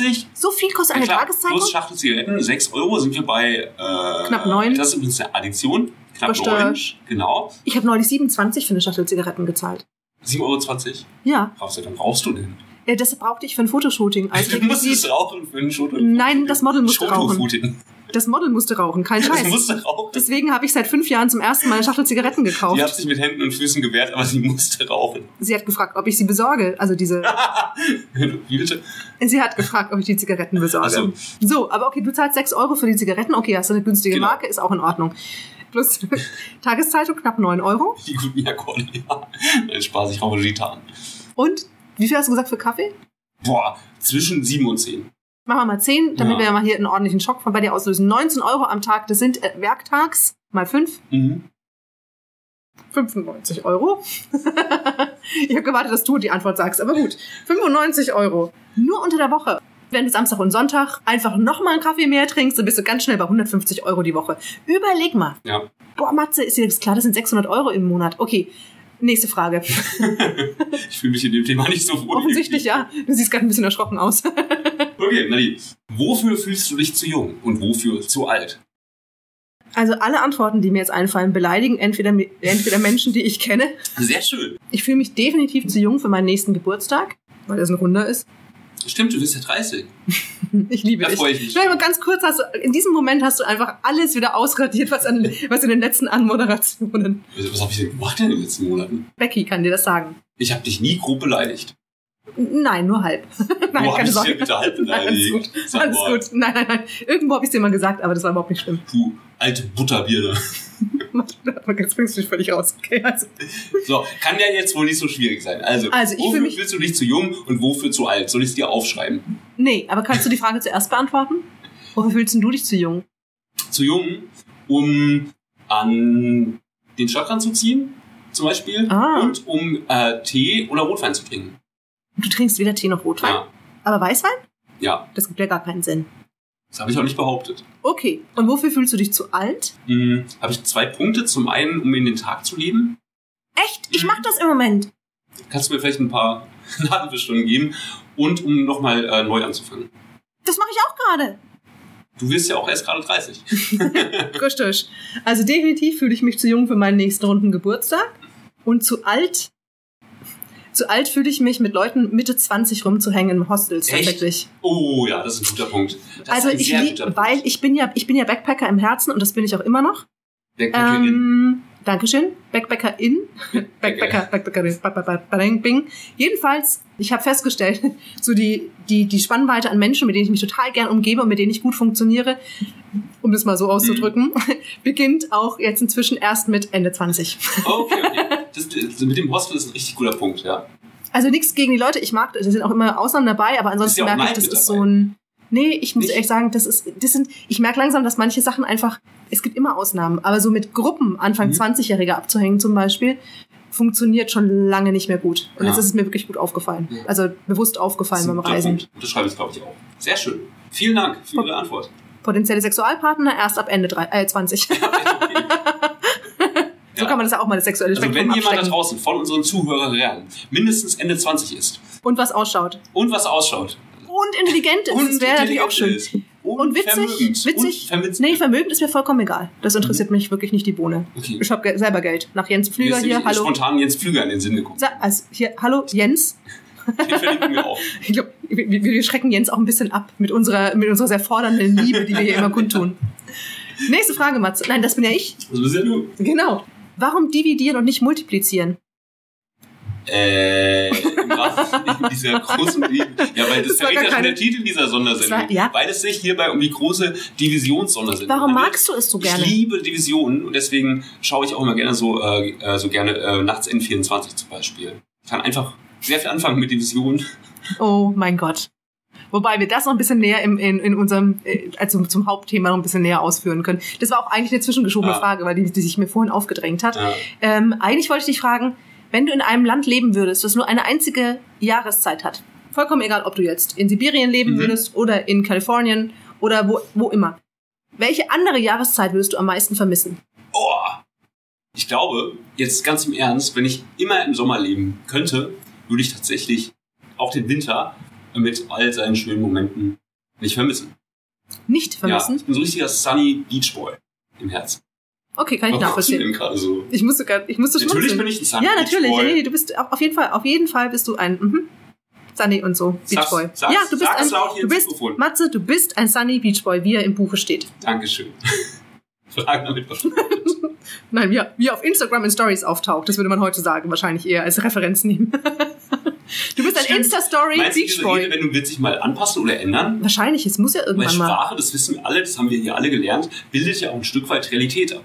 Euro.
So viel kostet eine
Ja, klar,
Tageszeitung?
Plus Schachtel Zigaretten, 6 Euro sind wir bei äh, knapp
neun.
Das ist übrigens eine Addition. Knapp
Verstehe.
9. Genau.
Ich habe neulich 27 für eine Schachtel Zigaretten gezahlt.
7,20 Euro.
Ja,
Brauchst du, dann rauchst du denn?
ja, das brauchte ich für ein
*laughs*
Fotoshooting. Als
du musst es
Requisit.
rauchen für einen Schoto.
Also Nein, das Model musste rauchen.
Schoto-Footing.
Das Model musste rauchen, kein
*laughs* Das
Scheiß.
musst du rauchen.
Deswegen habe ich seit fünf Jahren zum ersten Mal eine Schachtel Zigaretten
Die hat
gekauft.
sich mit Händen und Füßen gewehrt, aber sie musste rauchen. *laughs*
Sie hat gefragt, ob ich sie besorge. Also diese.
Wie bitte?
Sie hat gefragt, ob ich die Zigaretten besorge.
Ach so.
So, aber okay, du zahlst 6 Euro für die Zigaretten. Okay, hast du eine günstige
Genau.
Marke, ist auch in Ordnung. Plus *laughs* Tageszeitung knapp 9 Euro.
Die guten Akkorde, ja. Nein, Spaß, ich rauche Gitarren.
Und wie viel hast du gesagt für Kaffee?
Boah, zwischen 7 und 10.
Machen wir mal 10, damit
Ja.
wir mal hier einen ordentlichen Schock von bei dir auslösen. 19 Euro am Tag, das sind äh, werktags mal 5,
Mhm.
95 Euro. ich habe gewartet, dass du die Antwort sagst, aber gut. 95 Euro. Nur unter der Woche. Wenn du Samstag und Sonntag einfach nochmal einen Kaffee mehr trinkst, dann bist du ganz schnell bei 150 Euro die Woche. Überleg mal.
Ja.
Boah, Matze, ist dir das klar, das sind 600 Euro im Monat. Okay, nächste Frage.
Ich fühle mich in dem Thema nicht so wohl.
Offensichtlich, ja. Du siehst gerade ein bisschen erschrocken aus.
Okay, Nadine. Wofür fühlst du dich zu jung und wofür zu alt?
Also alle Antworten, die mir jetzt einfallen, beleidigen entweder, entweder Menschen, die ich kenne
Sehr schön.
Ich fühle mich definitiv zu jung für meinen nächsten Geburtstag, weil das ein Runder ist.
Stimmt, du bist ja 30.
Ich liebe
Da
dich.
freue ich mich.
Vielleicht mal ganz kurz, hast du, in diesem Moment hast du einfach alles wieder ausradiert, was, an, was in den letzten Anmoderationen.
Also, Was, was habe ich denn gemacht in den letzten Monaten?
Becky kann dir das sagen.
Ich habe dich nie grob beleidigt.
Nein, nur halb. *laughs* Nein,
Wo hab
keine
ich dich *laughs*
Sorge.
denn bitte halb
Nein, *laughs* alles
beleidigt?
gut.
Sag
Alles
mal.
gut. Nein, nein, nein. Irgendwo habe ich es dir mal gesagt, aber das war überhaupt nicht schlimm. *laughs*
Du alte Butterbirne.
Jetzt bringst du mich völlig raus. Okay, also.
So, kann ja jetzt wohl nicht so schwierig sein. Also,
Also, ich fühl
wofür
mich-
fühlst du dich zu jung und wofür zu alt? Soll ich es dir aufschreiben?
Nee, aber kannst du die Frage zuerst beantworten? Wofür fühlst denn du dich zu jung?
Zu jung, um an den Chakran zu ziehen, zum Beispiel,
Ah.
und um äh, Tee oder Rotwein zu trinken.
Du trinkst weder Tee noch Rotwein,
Ja,
aber Weißwein?
ja.
Das gibt ja gar keinen Sinn.
das habe ich auch nicht behauptet.
Okay, und wofür fühlst du dich zu alt?
Hm, habe ich zwei Punkte. Zum einen, um in den Tag zu leben.
Echt? Ich
Mhm.
mach das im Moment.
Kannst du mir vielleicht ein paar *laughs* Nadelbestimmungen geben? Und um nochmal äh, neu anzufangen.
Das mache ich auch gerade.
Du wirst ja auch erst gerade 30.
Richtig. Also definitiv fühle ich mich zu jung für meinen nächsten runden Geburtstag und zu alt. Zu alt fühle ich mich, mit Leuten Mitte 20 rumzuhängen im Hostels
Echt?
tatsächlich.
Oh ja, das ist ein guter Punkt. Das
also
ist ein
ich
sehr
lieb,
guter Punkt.
weil ich bin ja, ich bin ja Backpacker im Herzen und das bin ich auch immer noch.
Backpackerin.
Ähm, Dankeschön. Backpackerin. Backpacker, Backpackerin. Ba- ba- ba- bading, Bing. Jedenfalls, ich habe festgestellt, *laughs* so die, die, die Spannweite an Menschen, mit denen ich mich total gern umgebe und mit denen ich gut funktioniere, um das mal so auszudrücken, *laughs* beginnt auch jetzt inzwischen erst mit Ende 20.
Okay, okay. Das, das, mit dem Hostel ist ein richtig guter Punkt, ja.
Also nichts gegen die Leute, ich mag, da sind auch immer Ausnahmen dabei, aber ansonsten
Ist ja auch
merke ich,
Neid
das
mit
ist
dabei.
so ein. Nee, ich muss
Nicht?
ehrlich sagen, das ist, das sind, ich merke langsam, dass manche Sachen einfach, es gibt immer Ausnahmen, aber so mit Gruppen Anfang
Mhm.
20-Jährige abzuhängen zum Beispiel, funktioniert schon lange nicht mehr gut. Und
Ja.
jetzt ist es mir wirklich gut aufgefallen.
Ja.
Also bewusst
Das
aufgefallen
ist ein
beim
guter
Reisen.
Punkt. Das schreibe ich, glaube ich, auch. Sehr schön. Vielen Dank für Ihre Antwort.
Potenzielle Sexualpartner erst ab Ende drei, äh, 20. *laughs* so
Ja.
kann man das ja auch mal das sexuelle
Also
Spektrum
wenn jemand da
abstecken.
draußen von unseren Zuhörern mindestens Ende 20 ist
Und was ausschaut.
und was ausschaut
Und intelligent ist, das wäre natürlich auch schön.
intelligent ist und,
Und witzig,
vermögend
witzig.
und vermögend.
nee, vermögend ist mir vollkommen egal. Das interessiert mich wirklich nicht die Bohne.
Mhm. Okay.
Ich habe selber Geld. Nach Jens
Mir
Flüger
ist
hier,
nämlich
hallo.
spontan Jens Flüger in den Sinn gekommen.
Sa also hier, hallo Jens.
Den verlinken wir
*laughs*
auch.
Ich glaub, wir, wir wir schrecken Jens auch ein bisschen ab mit unserer, mit unserer sehr fordernden Liebe, die wir hier
*laughs*
immer kundtun. Nächste Frage, Mats. Nein, das bin ja ich.
Das bist ja du.
Genau. Warum dividieren und nicht multiplizieren? *laughs*
Äh, im Rahmen *laughs* dieser großen, ja, weil das,
war
verrät
gar
ja schon
keine-
der Titel dieser Sondersendung.
Das war- ja.
Weil es sich hierbei um die große Divisionssondersendung
Warum
handelt.
magst du es so gerne?
Ich liebe Divisionen und deswegen schaue ich auch immer gerne so, äh, äh, so gerne äh, nachts N24 zum Beispiel. Ich kann einfach sehr viel anfangen mit
*laughs*
Divisionen.
Oh mein Gott. Wobei wir das noch ein bisschen näher im, in, in unserem, äh, also zum Hauptthema noch ein bisschen näher ausführen können. Das war auch eigentlich eine zwischengeschobene
Ja.
Frage, weil die, die sich mir vorhin aufgedrängt hat.
Ja.
Ähm, eigentlich wollte ich dich fragen, wenn du in einem Land leben würdest, das nur eine einzige Jahreszeit hat, vollkommen egal, ob du jetzt in Sibirien leben
Mhm.
würdest oder in Kalifornien oder wo, wo immer, welche andere Jahreszeit würdest du am meisten vermissen?
Oh, ich glaube, jetzt ganz im Ernst, wenn ich immer im Sommer leben könnte, würde ich tatsächlich auch den Winter mit all seinen schönen Momenten nicht vermissen.
Nicht
Ja,
vermissen?
ich bin so ein richtiger Sunny Beach Boy im Herzen.
Okay, kann ich
Warum guckst du
nachvollziehen.
denn gerade so?
Ich musste gar, ich musste
Natürlich
schmunzeln.
bin ich ein Sunny
Ja,
Beach
natürlich.
Boy.
Nee, du bist auf auf jeden Fall, auf jeden Fall bist du ein mhm, Sunny und so Beachboy.
Sag's- sag's-
ja, du bist
sag's
ein,
laut hier
du
ins
bist
Mikrofon.
Matze, du bist ein Sunny Beachboy, wie er im Buche steht.
Dankeschön. *laughs* Fragen damit was.
Nein, wie er, wie er auf Instagram in Stories auftaucht, das würde man heute sagen, wahrscheinlich eher als Referenz nehmen. *laughs* du bist ein
Stimmt.
Insta Story
Meinst du, diese
Beachboy.
Redewendung wird sich mal anpassen oder ändern?
Wahrscheinlich, es muss ja
Weil
irgendwann mal.
Sprache, das wissen wir alle, das haben wir hier alle gelernt, bildet ja auch ein Stück weit Realität ab.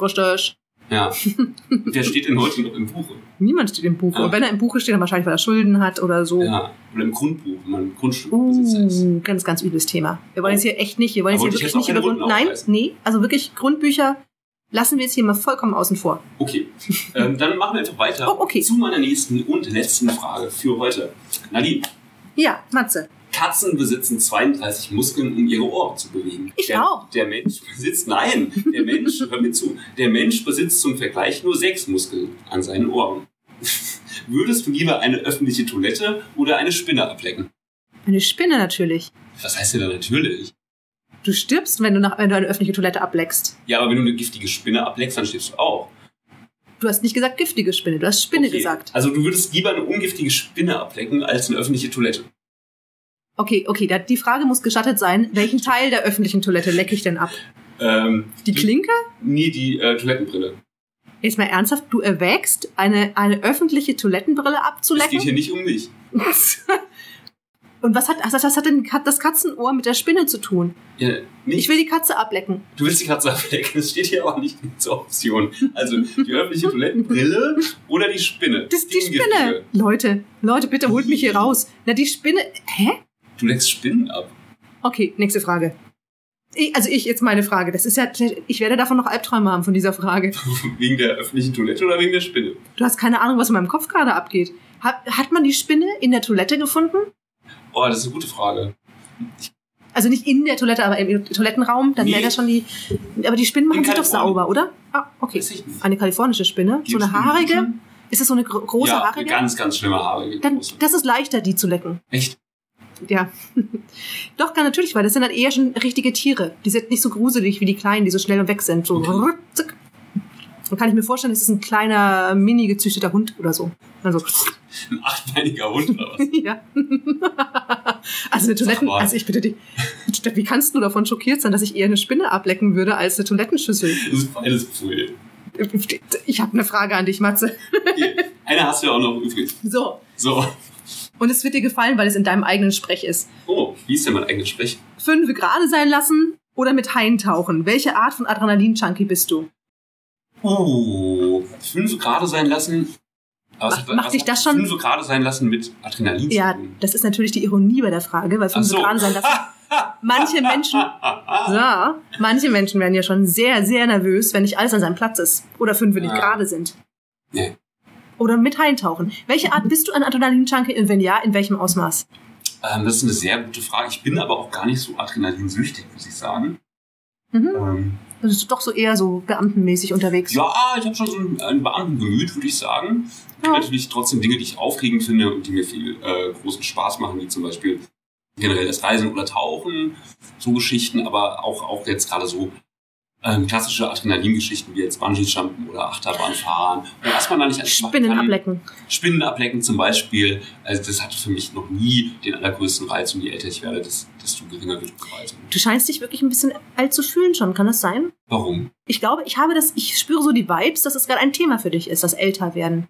Richtig.
Ja.
*laughs*
Wer steht denn heute noch im Buche?
Niemand steht im Buche.
Ja.
Und wenn er im Buche steht, dann wahrscheinlich, weil er Schulden hat oder so.
Ah. Ja. Oder im Grundbuch, wenn man Grundstückbesitzer ist.
Uh, ganz, ganz übles Thema. Wir wollen jetzt hier echt nicht, wir wollen jetzt
Da
hier
wollte ich
wirklich
jetzt auch
nicht
keine
über Grund.
Runden
Nein,
aufreißen.
nee, also wirklich Grundbücher lassen wir jetzt hier mal vollkommen außen vor. *laughs*
Okay, ähm, dann machen wir einfach weiter
Oh, okay.
zu meiner nächsten und letzten Frage für heute. Nadine,
Ja, Matze.
Katzen besitzen 32 Muskeln, um ihre Ohren zu bewegen.
Ich
der,
auch.
Der Mensch besitzt, nein, der
*laughs*
Mensch, hör mir zu, der Mensch besitzt zum Vergleich nur sechs Muskeln an seinen Ohren. *laughs* Würdest du lieber eine öffentliche Toilette oder eine Spinne ablecken?
Eine Spinne natürlich.
Was heißt denn da natürlich?
Du stirbst, wenn du, nach, wenn du eine öffentliche Toilette ableckst.
Ja, aber wenn du eine giftige Spinne ableckst, dann stirbst du auch.
Du hast nicht gesagt giftige Spinne, du hast Spinne
Okay.
gesagt.
Also du würdest lieber eine ungiftige Spinne ablecken als eine öffentliche Toilette.
Okay, okay, da, die Frage muss gestattet sein, welchen Teil der öffentlichen Toilette lecke ich denn ab?
Ähm,
Die Klinke?
Nee, die äh, Toilettenbrille.
Jetzt mal ernsthaft, du erwägst, eine, eine öffentliche Toilettenbrille
Es geht
abzulecken?
hier nicht um mich.
Und was hat, also was hat denn hat das Katzenohr mit der Spinne zu tun?
Ja, nicht.
Ich will die Katze ablecken.
Du willst die Katze ablecken, das steht hier aber nicht zur Option. Also die öffentliche Toilettenbrille oder die Spinne.
Das ist die Spinne.
ungiftige.
Leute, Leute, bitte holt mich hier raus. Na, die Spinne. Hä?
Du leckst Spinnen ab. *laughs*
Okay, nächste Frage. Ich, also ich, jetzt meine Frage. Das ist ja, ich werde davon noch Albträume haben von
*laughs*
dieser Frage.
Wegen der öffentlichen Toilette oder wegen der Spinne?
Du hast keine Ahnung, was in meinem Kopf gerade abgeht. Hat, hat man die Spinne in der Toilette gefunden?
Oh, das ist eine gute Frage.
Also nicht in der Toilette, aber im Toilettenraum. Dann
Nee.
wäre das schon die. Aber die Spinnen machen
In
sich doch
Kalifornien.
sauber, oder? Ah, okay.
Weiß ich nicht.
Eine kalifornische Spinne. So eine
Gibt's
haarige.
die?
Ist das so eine gro- große
ja,
haarige?
ganz, ganz schlimme Haare.
Dann, das ist leichter, die zu lecken.
Echt?
ja. *laughs* Doch, kann natürlich, weil das sind halt eher schon richtige Tiere. Die sind nicht so gruselig wie die Kleinen, die so schnell und weg sind. So, rrrr, zick. Dann kann ich mir vorstellen, es ist ein kleiner, mini gezüchteter Hund oder so. Also, *laughs*
Ein achtbeiniger Hund oder was?
ja. *laughs* also eine Toiletten...
mal.
Also ich bitte dich. Wie kannst du davon schockiert sein, dass ich eher eine Spinne ablecken würde als eine Toilettenschüssel?
Das ist beides Pfui.
Ich habe eine Frage an dich, Matze.
Okay. Eine hast du ja auch noch übrig.
So.
So.
Und es wird dir gefallen, weil es in deinem eigenen Sprech ist.
Oh, wie ist denn mein eigenes Sprech?
Fünfe gerade sein lassen oder mit Haien tauchen? Welche Art von Adrenalin-Junkie bist du?
Uh, fünf gerade sein lassen. Aber was-
Macht- macht
was-
dich das schon-
Fünfe gerade sein lassen mit Adrenalin. zu
Ja,
tun?
das ist natürlich die Ironie bei der Frage, weil
Ach
fünfe
so.
gerade
*laughs*
sein lassen. Manche Menschen, ja, manche Menschen werden ja schon sehr, sehr nervös, wenn nicht alles an seinem Platz ist. Oder fünfe nicht
Ja.
gerade sind.
Nee.
Oder mit Haien tauchen. Welche Art bist du ein Adrenalin-Junkie und wenn ja, in welchem Ausmaß?
Ähm, das ist eine sehr gute Frage. Ich bin aber auch gar nicht so adrenalinsüchtig, muss ich sagen.
Mhm.
Ähm,
Das ist doch so eher so beamtenmäßig unterwegs.
ja, ah, ich habe schon so ein, ein Beamtengemüt, würde ich sagen. Es gibt
Ja.
natürlich trotzdem Dinge, die ich aufregend finde und die mir viel äh, großen Spaß machen, wie zum Beispiel generell das Reisen oder Tauchen, so Geschichten, aber auch, auch jetzt gerade so ähm, klassische Adrenalingeschichten wie jetzt Bungee-Jumpen oder Achterbahnfahren. Und was man da nicht alles machen
Spinnen
kann.
ablecken.
Spinnen ablecken zum Beispiel. Also das hatte für mich noch nie den allergrößten Reiz. Und je älter ich werde, des- desto geringer wird der Reiz.
Du scheinst dich wirklich ein bisschen alt zu fühlen schon, kann das sein?
Warum?
Ich glaube, ich habe das, ich spüre so die Vibes, dass es gerade ein Thema für dich ist, das Älterwerden.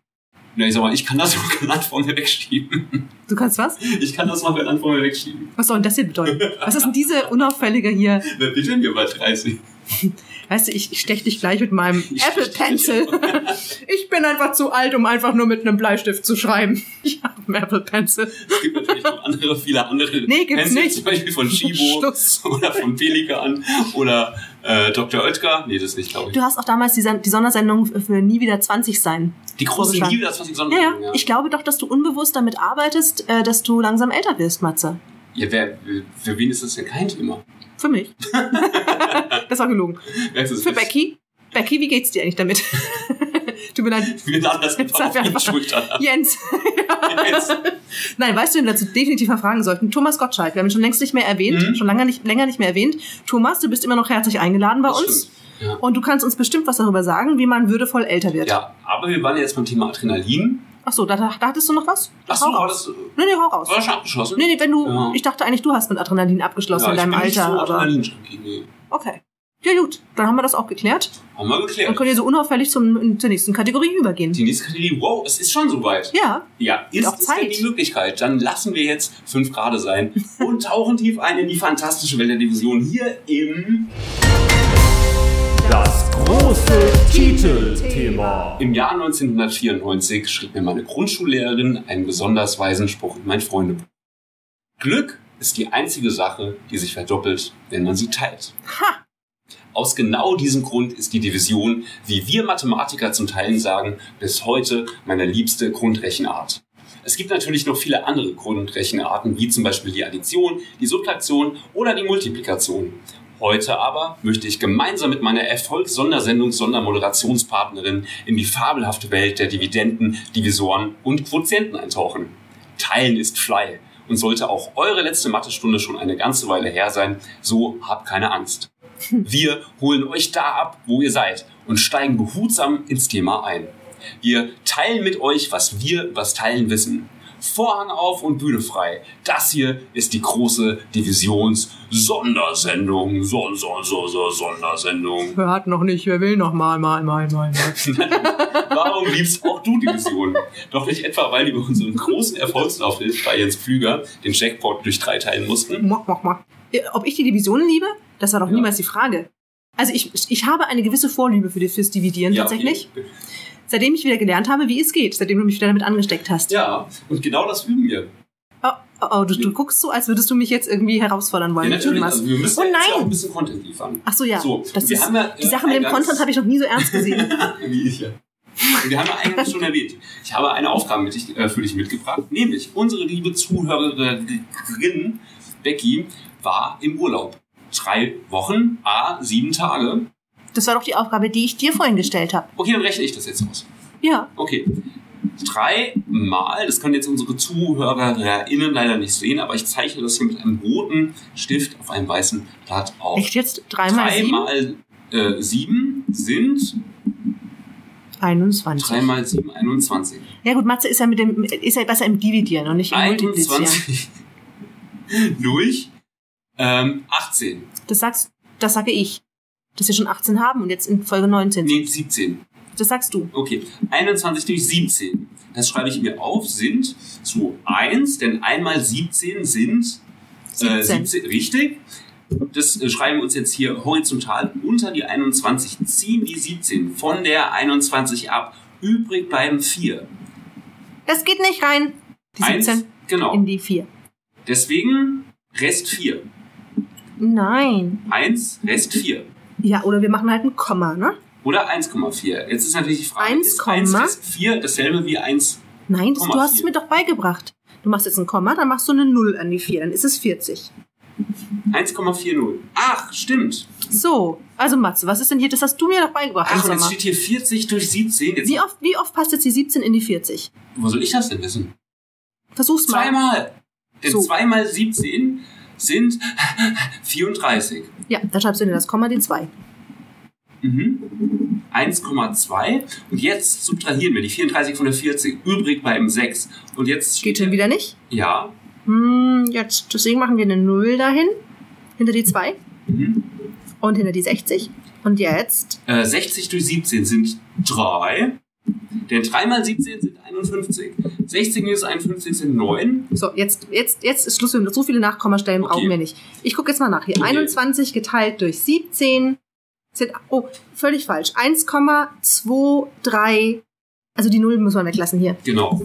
Na, ich sag mal, ich kann das *laughs* Rogaland vor mir wegschieben.
Du kannst was?
Ich kann das Rogaland vor mir wegschieben.
Was soll denn das hier bedeuten? Was ist denn diese unauffällige hier?
Wer bin denn hier bei 30?
Weißt du, ich, ich stech dich gleich mit meinem
Ich
Apple
stech dich
Pencil. Ich bin einfach zu alt, um einfach nur mit einem Bleistift zu schreiben. Ich habe einen Apple Pencil.
Es gibt natürlich noch andere, viele andere.
Nee, gibt's
Pencil,
nicht.
Zum Beispiel von
*laughs*
Shibo
Schluss.
oder von Pelikan oder äh, Dr. Oetker. Nee, das nicht, glaube
Du
ich.
hast auch damals die, Sen- die Sondersendung für Nie wieder 20 sein.
Die große
Vorgeschlagen.
Liebe, das was ich sonst
Ja, ja. Ich glaube doch, dass du unbewusst damit arbeitest, äh, dass du langsam älter wirst, Matze.
ja wer, für wen ist das denn kein Thema?
Für mich. das war gelogen.
Wer ist das
Für
jetzt?
Becky. Becky, wie geht's dir eigentlich damit?
*laughs*
Tut mir leid.
Wir laden das
Jetzt
einfach auf
sag
die
einfach-
Schulter.
Jens. *laughs*
Jetzt.
Nein, weißt du, wen wir dazu definitiv mal fragen sollten? Thomas Gottschalk. Wir haben ihn schon längst nicht mehr erwähnt,
Mhm.
schon lange nicht, länger nicht mehr erwähnt. Thomas, du bist immer noch herzlich eingeladen bei
Das
uns.
stimmt. Ja.
Und du kannst uns bestimmt was darüber sagen, wie man würdevoll älter wird.
Ja, aber wir waren jetzt beim Thema Adrenalin.
Ach so, da, da, da hattest du noch was?
Ach so,
hau
war
raus.
das, war
Nee, nee, hau raus.
das schon abgeschlossen?
Nee, nee, wenn du,
Ja.
ich dachte eigentlich, du hast mit Adrenalin abgeschlossen
Genau. ja,
in deinem
ich bin nicht
Alter,
so
aber
Adrenalin-Junkie, nee.
okay. Ja gut, dann haben wir das auch geklärt.
Haben wir
Dann
geklärt.
könnt ihr so unauffällig zum, zur nächsten Kategorie übergehen.
Die nächste Kategorie, wow, es ist schon soweit.
Ja,
Ja, ist,
auch
ist denn
Zeit.
die Möglichkeit. Dann lassen wir jetzt fünf Grade sein und tauchen tief ein in die fantastische Welt der Division hier im,
Das große Titelthema.
im Jahr 1994 schrieb mir meine Grundschullehrerin einen besonders weisen Spruch in mein Freundebuch. Glück ist die einzige Sache, die sich verdoppelt, wenn man sie teilt.
ha,
Aus genau diesem Grund ist die Division, wie wir Mathematiker zum Teil sagen, bis heute meine liebste Grundrechenart. Es gibt natürlich noch viele andere Grundrechenarten, wie zum Beispiel die Addition, die Subtraktion oder die Multiplikation. Heute aber möchte ich gemeinsam mit meiner Erfolgssondersendung Sondermoderationspartnerin in die fabelhafte Welt der Dividenden, Divisoren und Quotienten eintauchen. Teilen ist frei und sollte auch eure letzte Mathestunde schon eine ganze Weile her sein, so habt keine Angst. Wir holen euch da ab, wo ihr seid und steigen behutsam ins Thema ein. Wir teilen mit euch, was wir übers Teilen wissen. Vorhang auf und Bühne frei. Das hier ist die große Divisions-Sondersendung. Son, son, son, son, Sondersendung.
wer hat noch nicht, wer will noch mal, mal, mal, mal, mal.
*laughs* Warum liebst auch du Divisionen? Doch nicht etwa, weil die bei unserem großen Erfolgslauf bei Jens Pflüger den Jackpot durch drei teilen mussten.
Mock, mock, mock. Äh, Ob ich die Divisionen liebe? Das war doch
Ja.
niemals die Frage. Also ich, ich habe eine gewisse Vorliebe für die fürs Dividieren tatsächlich.
okay.
Seitdem ich wieder gelernt habe, wie es geht, seitdem du mich wieder damit angesteckt hast.
Ja, und genau das üben wir.
Oh, oh, oh du, du guckst so, als würdest du mich jetzt irgendwie herausfordern
Ja,
wollen. mit
natürlich.
irgendwas.
Also wir müssen
oh
ja jetzt ja auch ein
nein!
bisschen Content liefern. *laughs*
Ach so, ja.
So,
das
wir
ist,
haben ja,
die
äh,
Sache mit dem
eingangs-
Content habe ich noch nie so ernst gesehen.
*laughs* Wie ich ja. Wir haben ja eingangs schon erwähnt. Ich habe eine Aufgabe mit dich, äh, für dich mitgebracht, nämlich unsere liebe Zuhörerin Becky war im Urlaub. Drei Wochen, a sieben Tage.
das war doch die Aufgabe, die ich dir vorhin gestellt habe.
Okay, dann rechne ich das jetzt aus.
Ja,
Okay. dreimal, das können jetzt unsere ZuhörerInnen leider nicht sehen, aber ich zeichne das hier mit einem roten Stift auf einem weißen Blatt auf.
Echt jetzt? Dreimal sieben?
Dreimal äh, sieben sind
21.
dreimal sieben 21.
Ja gut, Matze ist ja mit dem, ist ja besser im Dividieren und nicht im Multiplizieren.
21 *laughs* durch ähm, 18.
Das sagst, das sage ich. Dass wir schon 18 haben und jetzt in Folge 19 sind.
Nee, 17.
Das sagst du.
Okay, 21 durch 17. Das schreibe ich mir auf, sind zu 1, denn einmal 17 sind äh,
17.
17. Richtig. Das äh, schreiben wir uns jetzt hier horizontal unter die 21, ziehen die 17 von der 21 ab. Übrig bleiben 4.
Das geht nicht rein. Die 17
genau.
in die 4.
Deswegen Rest 4.
Nein.
1, Rest 4.
Ja, oder wir machen halt ein Komma, ne?
Oder 1,4. Jetzt ist natürlich die Frage,
Eins
ist 1
Komma?
Rest 4 dasselbe wie 1?
Nein, das,
Komma
du hast
vier.
es mir doch beigebracht. Du machst jetzt ein Komma, dann machst du eine 0 an die 4, dann ist es 40.
1,40. Ach, stimmt.
So, also Matze, was ist denn hier? Das hast du mir doch beigebracht
Ach,
im
und jetzt
Sommer.
steht hier 40 durch 17. Jetzt,
Wie oft, wie oft passt jetzt die 17 in die 40?
wo soll ich das denn wissen?
Versuch's mal.
Zweimal. Denn
So.
zweimal 17 sind *laughs* 34.
Ja, dann schreibst du dir das Komma, die 2.
Mhm. 1,2. Und jetzt subtrahieren wir die 34 von der 40. Übrig bleiben 6. Und jetzt
Geht schon wieder nicht?
Ja.
Hm, jetzt, deswegen machen wir eine 0 dahin, hinter die 2
Mhm.
und hinter die 60. Und jetzt,
Äh, 60 durch 17 sind 3. Denn 3 mal 17 sind 51. 60 minus 51 sind 9.
so, jetzt, jetzt, jetzt ist Schluss. So viele Nachkommastellen
Okay.
brauchen wir nicht. Ich gucke jetzt mal nach hier.
Okay.
21 geteilt durch 17 sind, oh, völlig falsch. 1,23, also die 0 muss man weglassen hier.
Genau.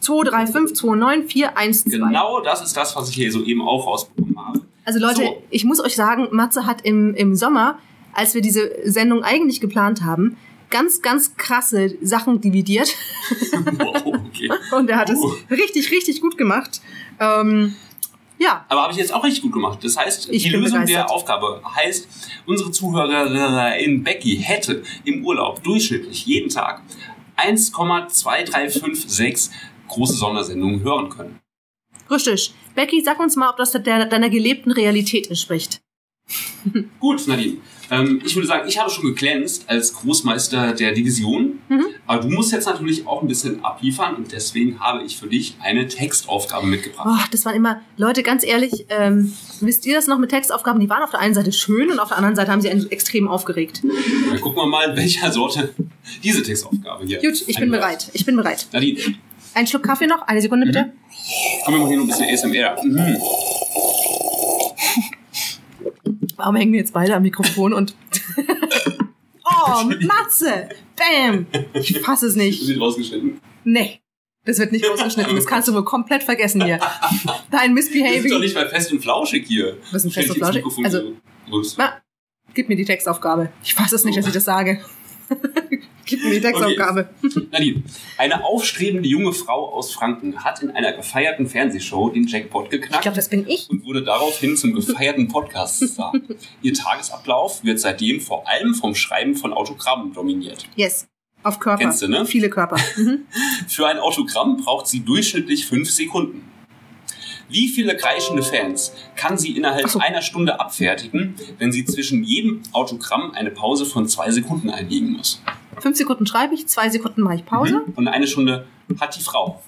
2, 3, 5, 2, 9, 4, 1, 2.
Genau das ist das, was ich hier soeben auch rausbekommen
*laughs*
habe.
Also Leute,
So.
ich muss euch sagen, Matze hat im, im Sommer, als wir diese Sendung eigentlich geplant haben, ganz, ganz krasse Sachen dividiert. *laughs*
Wow, okay.
Und er hat es
Uh.
richtig, richtig gut gemacht. Ähm, ja,
Aber habe ich jetzt auch richtig gut gemacht. Das heißt,
Ich
die
bin
Lösung der
begeistert.
Aufgabe heißt, unsere Zuhörerin Becky hätte im Urlaub durchschnittlich jeden Tag 1,2356 große Sondersendungen hören können.
richtig. Becky, sag uns mal, ob das der, deiner gelebten Realität entspricht.
Gut, Nadine. Ähm, ich würde sagen, ich habe schon geglänzt als Großmeister der Division.
Mhm.
Aber du musst jetzt natürlich auch ein bisschen abliefern und deswegen habe ich für dich eine Textaufgabe mitgebracht.
Oh, das waren immer, Leute, ganz ehrlich, ähm, wisst ihr das noch mit Textaufgaben? Die waren auf der einen Seite schön und auf der anderen Seite haben sie einen extrem aufgeregt.
Dann gucken wir mal, in welcher Sorte diese Textaufgabe hier
Gut, ich bin
einlädt.
bereit. Ich bin bereit.
Nadine,
Ein Schluck Kaffee noch? Eine Sekunde bitte.
komm, wir machen hier noch ein bisschen ASMR. Mhm.
Warum hängen wir jetzt beide am Mikrofon
*laughs*
und. oh, Matze! Bam! Ich fasse es
Das
nicht.
wird rausgeschnitten.
Nee. Das wird nicht rausgeschnitten. Das kannst du wohl komplett vergessen hier. Dein
Wir sind doch
Misbehaving.
nicht bei Fest und Flauschig hier.
Was ist denn
Stell
Fest
dich
und
ins Mikrofon
Flauschig? Also-
so. Ups.
Na, gib mir die Textaufgabe. Ich fasse es nicht, dass ich das sage. *laughs* gib mir die Textaufgabe.
Nadine, eine aufstrebende junge Frau aus Franken hat in einer gefeierten Fernsehshow den Jackpot
Ich
geknackt
glaube, das bin ich.
und wurde daraufhin zum gefeierten Podcast-Star. Ihr Tagesablauf wird seitdem vor allem vom Schreiben von Autogrammen dominiert.
Yes. Auf Körper.
Kennst du, ne?
Viele Körper. Mhm.
Für ein Autogramm braucht sie durchschnittlich fünf Sekunden. Wie viele kreischende Fans kann sie innerhalb
Ach so.
einer Stunde abfertigen, wenn sie zwischen jedem Autogramm eine Pause von zwei Sekunden einlegen muss? Hm?
Fünf Sekunden schreibe ich, zwei Sekunden mache ich Pause.
Und eine Stunde hat die Frau.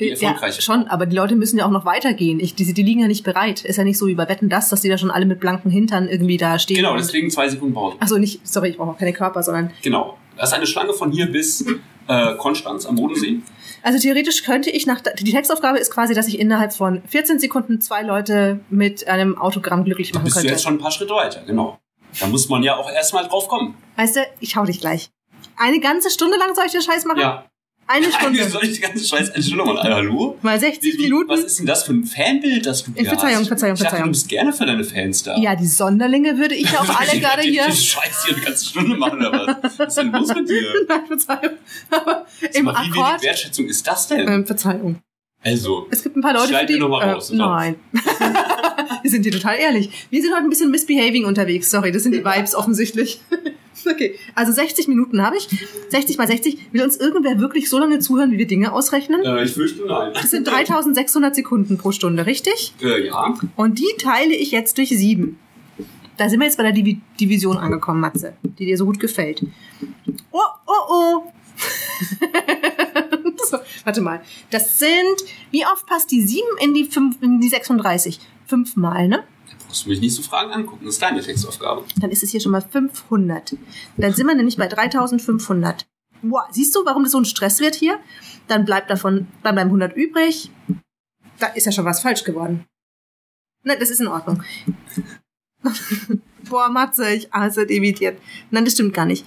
Die erfolgreiche
Äh, Ja, schon, aber die Leute müssen ja auch noch weitergehen. Ich, die, die liegen ja nicht bereit. Ist ja nicht so wie bei Wetten das, dass die da schon alle mit blanken Hintern irgendwie da stehen.
Genau,
und-
deswegen zwei Sekunden Pause.
Achso, Also nicht, sorry, ich brauche auch keine Körper, sondern.
Genau. Das ist eine Schlange von hier bis äh, Konstanz am Bodensee.
Also theoretisch könnte ich nach. Die Textaufgabe ist quasi, dass ich innerhalb von 14 Sekunden zwei Leute mit einem Autogramm glücklich
Da
machen
bist du
könnte.
jetzt schon ein paar Schritte weiter, genau. Da muss man ja auch erstmal drauf kommen.
Weißt du, ich hau dich gleich. Eine ganze Stunde lang soll ich den Scheiß machen?
Ja. *laughs*
Eine
Wie
Stunde.
soll ich die ganze Scheiß eine Stunde machen? Alter, Hallo?
Mal 60 Minuten. Äh,
Was ist denn das für ein Fanbild, das du hier
Verzeihung,
hast?
Verzeihung,
ich dachte,
Verzeihung.
du bist gerne für deine Fans da.
Ja, die Sonderlinge würde ich ja auch alle gerade
*laughs*
hier.
Die Scheiß hier eine ganze Stunde machen oder was? Was ist denn los mit dir?
Nein, *laughs* Verzeihung. Aber im
Mal, Wie wenig
Akkord.
Wertschätzung ist das denn?
Ähm, Verzeihung.
also,
Es gibt ein paar Leute,
Schneid
für die.
mir noch mal raus,
äh,
das
nein. *laughs* wir sind hier total ehrlich. Wir sind heute ein bisschen misbehaving unterwegs. Sorry, das sind die Vibes offensichtlich. *laughs* Okay, also 60 Minuten habe ich. 60 mal 60. Will uns irgendwer wirklich so lange zuhören, wie wir Dinge ausrechnen?
Äh, ich fürchte nein. *laughs*
Das sind 3600 Sekunden pro Stunde, richtig?
Äh, ja.
Und die teile ich jetzt durch sieben. Da sind wir jetzt bei der Divi Division angekommen, Matze, die dir so gut gefällt. Oh, oh, *laughs* oh. so, warte mal. Das sind, wie oft passt die 7 in die, 5, in die 36? Fünfmal, ne?
Da brauchst du mich nicht so Fragen angucken. Das ist deine Textaufgabe. *laughs*
Dann ist es hier schon mal 500. Dann sind wir nämlich bei 3500. Wow, siehst du, warum das so ein Stress wird hier? Dann bleibt davon, dann bleiben 100 übrig. Da ist ja schon was falsch geworden. Nein, das ist in Ordnung. *laughs* Boah, Matze, ich hasse dividiert. Nein, das stimmt gar nicht.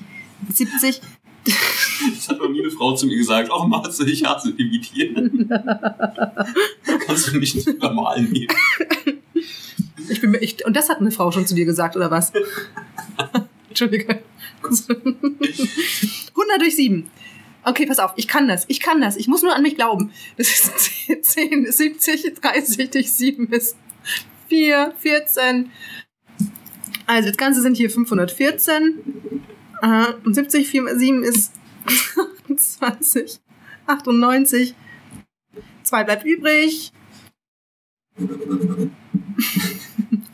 70,
Das hat noch nie eine Frau zu mir gesagt. Oh, Marze, ich hasse
*laughs*
Dividieren. Kannst du mich nicht übermalen nehmen?
Ich bin mir echt, und das hat eine Frau schon zu dir gesagt, oder was? Entschuldige. *laughs* 100 durch 7. Okay, pass auf, ich kann das, ich kann das, ich muss nur an mich glauben. Das ist *laughs* 10, 70, 30 durch 7 ist 4, 14. Also das Ganze sind hier 514. Äh, Und 70, 4 mal 7 ist 28, 98. 2 bleibt übrig. *laughs*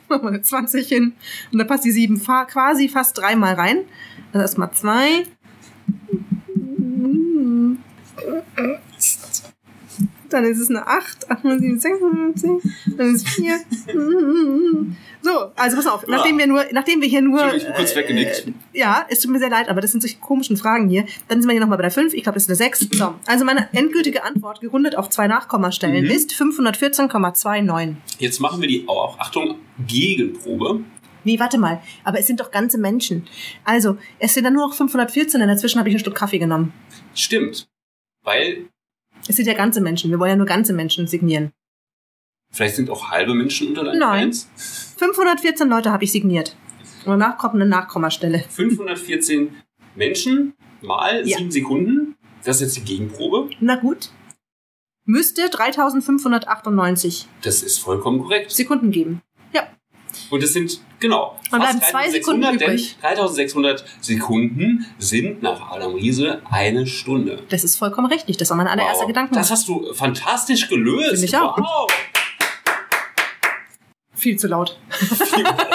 machen wir eine 20 hin. Und da passt die 7 fa quasi fast dreimal rein. Also erstmal 2. Dann ist es eine 8, 8 mal 7, 56. Dann ist es 4. So, also pass auf, nachdem wir, nur, nachdem wir hier nur.
Ich bin kurz weggenickt.
Äh, Ja, es tut mir sehr leid, aber das sind solche komischen Fragen hier. Dann sind wir hier nochmal bei der 5. Ich glaube, das ist eine 6. So, also meine endgültige Antwort, gerundet auf zwei Nachkommastellen,
Mhm.
ist 514,29.
Jetzt machen wir die auch. Achtung, Gegenprobe.
Nee, warte mal. Aber es sind doch ganze Menschen. Also, es sind dann nur noch 514, denn dazwischen habe ich ein Stück Kaffee genommen.
Stimmt. Weil
Es sind ja ganze Menschen. Wir wollen ja nur ganze Menschen signieren.
vielleicht sind auch halbe Menschen unter deinen
Nein.
Fans.
514 Leute habe ich signiert. Und danach kommt eine Nachkommastelle.
514 Menschen mal
Ja.
7 Sekunden. Das ist jetzt die Gegenprobe.
Na gut. Müsste 3598
Das ist vollkommen korrekt.
Sekunden geben. Ja.
Und das sind, genau.
Dann
fast
bleiben zwei Sekunden
3600, denn
übrig.
3600 Sekunden sind nach Adam Riese eine Stunde.
Das ist vollkommen richtig. Das war mein allererster
Wow.
Gedanke.
Das hast du fantastisch gelöst.
Finde ich auch.
Wow.
viel zu laut.
Viel zu laut.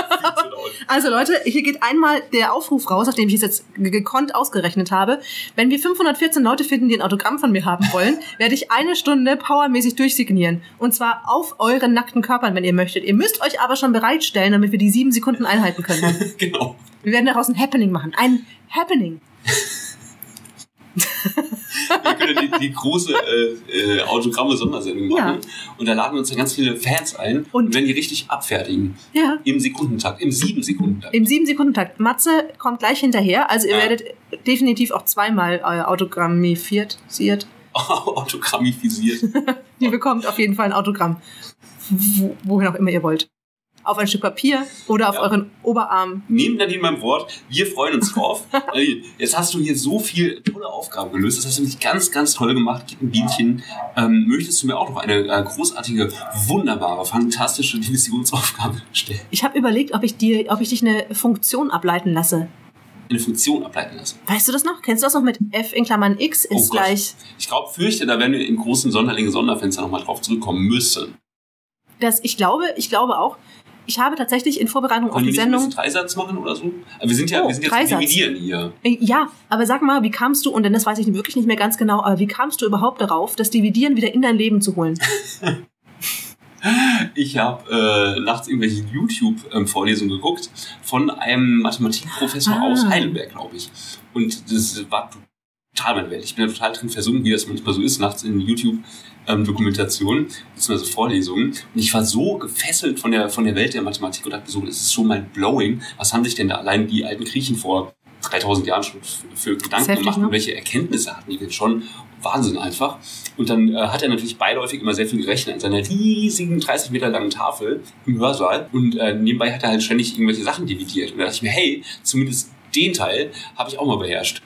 Also Leute, hier geht einmal der Aufruf raus, auf den ich es jetzt ge- gekonnt ausgerechnet habe. Wenn wir 514 Leute finden, die ein Autogramm von mir haben *laughs* wollen, werde ich eine Stunde powermäßig durchsignieren. Und zwar auf euren nackten Körpern, wenn ihr möchtet. Ihr müsst euch aber schon bereitstellen, damit wir die sieben Sekunden einhalten *laughs* können.
*laughs* genau.
Wir werden daraus ein Happening machen. Ein Happening.
Wir können die, die große äh, äh, Autogramme-Sondersendung machen. Und da laden wir uns dann ganz viele Fans ein. Und, wenn die richtig abfertigen,
Ja.
im Sekundentakt, im sieben *laughs* Sekundentakt.
Im sieben Sekunden Takt. Matze kommt gleich hinterher. Also ihr
Ja.
werdet definitiv auch zweimal äh, autogrammifiert. siert.
Autogrammifisiert.
Ihr bekommt auf jeden Fall ein Autogramm. Wo- Wohin auch immer ihr wollt. Auf ein Stück Papier oder auf
Ja.
euren Oberarm.
Nehmen Nadine mein Wort, wir freuen uns drauf. Nadine, Jetzt hast du hier so viel tolle Aufgaben gelöst. Das hast du nämlich ganz, ganz toll gemacht. Gib ein Bienchen. Ähm, möchtest du mir auch noch eine äh, großartige, wunderbare, fantastische Divisionsaufgabe stellen?
Ich habe überlegt, ob ich, dir, ob ich dich eine Funktion ableiten lasse.
Eine Funktion ableiten lassen.
Weißt du das noch? Kennst du das noch mit f in Klammern x
Oh
ist
Gott.
gleich,
Ich glaube, fürchte, da werden wir im großen Sonderlinge-Sonderfenster nochmal drauf zurückkommen müssen.
das, ich glaube, ich glaube auch, ich habe tatsächlich in Vorbereitung auf
Wollen wir
die
nicht ein
Sendung,
bisschen Dreisatz machen oder so? Aber wir sind ja,
Oh,
wir sind jetzt
Dreisatz.
am dividieren hier.
Äh, ja, aber sag mal, wie kamst du, und denn das weiß ich wirklich nicht mehr ganz genau, aber wie kamst du überhaupt darauf, das Dividieren wieder in dein Leben zu holen?
Ich habe äh, nachts irgendwelche YouTube-Vorlesungen geguckt von einem Mathematikprofessor
Ah.
aus Heidelberg, glaube ich. Und das war total meine Welt. Ich bin da total drin versunken, wie das manchmal so ist, nachts in ähm, YouTube-Dokumentationen beziehungsweise Vorlesungen. Und ich war so gefesselt von der, von der Welt der Mathematik und dachte so, das ist so mind-blowing. Was haben sich denn da allein die alten Griechen vor 3000 Jahren schon f- für Gedanken
heftig,
gemacht
ne?
und welche Erkenntnisse hatten die denn schon? Wahnsinn einfach. Und dann äh, hat er natürlich beiläufig immer sehr viel gerechnet an seiner riesigen 30 Meter langen Tafel im Hörsaal. Und äh, nebenbei hat er halt ständig irgendwelche Sachen dividiert. Und da dachte ich mir, hey, zumindest den Teil habe ich auch mal beherrscht.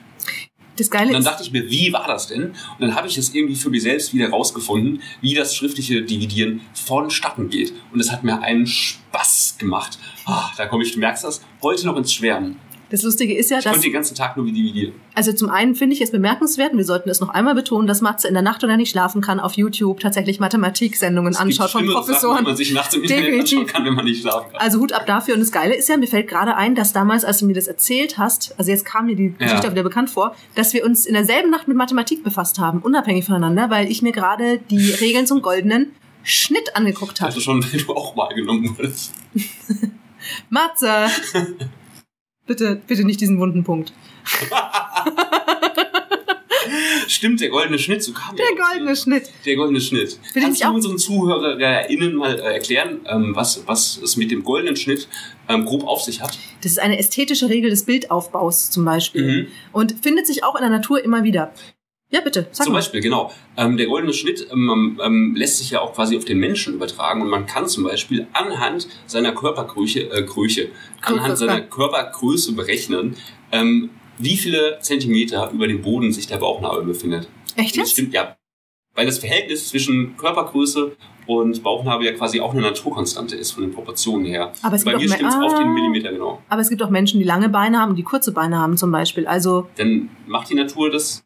Das Geile
Und dann
ist,
dachte ich mir, wie war das denn? Und dann habe ich es irgendwie für mich selbst wieder rausgefunden, wie das schriftliche Dividieren vonstatten geht. Und es hat mir einen Spaß gemacht. Ah, da komme ich, du merkst das, heute noch ins Schwärmen.
Das Lustige ist ja,
Ich konnte
dass,
den ganzen Tag nur wie dividieren.
also zum einen finde ich es bemerkenswert, und wir sollten es noch einmal betonen, dass Matze in der Nacht, wenn er nicht schlafen kann, auf YouTube tatsächlich Mathematiksendungen
Es gibt
anschaut von
schlimmere Sachen,
Professoren.
die man sich nachts im Internet
Definitiv.
anschauen kann, wenn man nicht schlafen kann.
Also Hut ab dafür. Und das Geile ist ja, mir fällt gerade ein, dass damals, als du mir das erzählt hast, also jetzt kam mir die
Ja.
Geschichte auch wieder bekannt vor, dass wir uns in derselben Nacht mit Mathematik befasst haben, unabhängig voneinander, weil ich mir gerade die Regeln zum goldenen Schnitt angeguckt habe.
Also schon, *laughs* wenn du auch mal genommen wurdest. *laughs*
Matze! bitte, bitte nicht diesen wunden Punkt.
Stimmt, der goldene Schnitt, so kam
Der goldene Schnitt.
Der goldene Schnitt.
Will
Kannst
ich
du
auch-
unseren ZuhörerInnen mal äh, erklären, ähm, was, was es mit dem goldenen Schnitt ähm, grob auf sich hat?
Das ist eine ästhetische Regel des Bildaufbaus zum Beispiel.
Mhm.
Und findet sich auch in der Natur immer wieder. Ja, bitte, sag
Zum
mal.
Beispiel, genau. Ähm, der goldene Schnitt ähm, ähm, lässt sich ja auch quasi auf den Menschen übertragen und man kann zum Beispiel anhand seiner Körpergröße, äh, Größe, anhand
Größe,
seiner
ja.
Körpergröße berechnen, ähm, wie viele Zentimeter über dem Boden sich der Bauchnabel befindet.
Echt
Das
jetzt?
stimmt, ja. Weil das Verhältnis zwischen Körpergröße und Bauchnabel ja quasi auch eine Naturkonstante ist von den Proportionen her.
Aber es
Bei
gibt
mir
auch
stimmt es auf
Ah.
den Millimeter genau.
Aber es gibt auch Menschen, die lange Beine haben und die kurze Beine haben zum Beispiel. Also
Dann macht die Natur das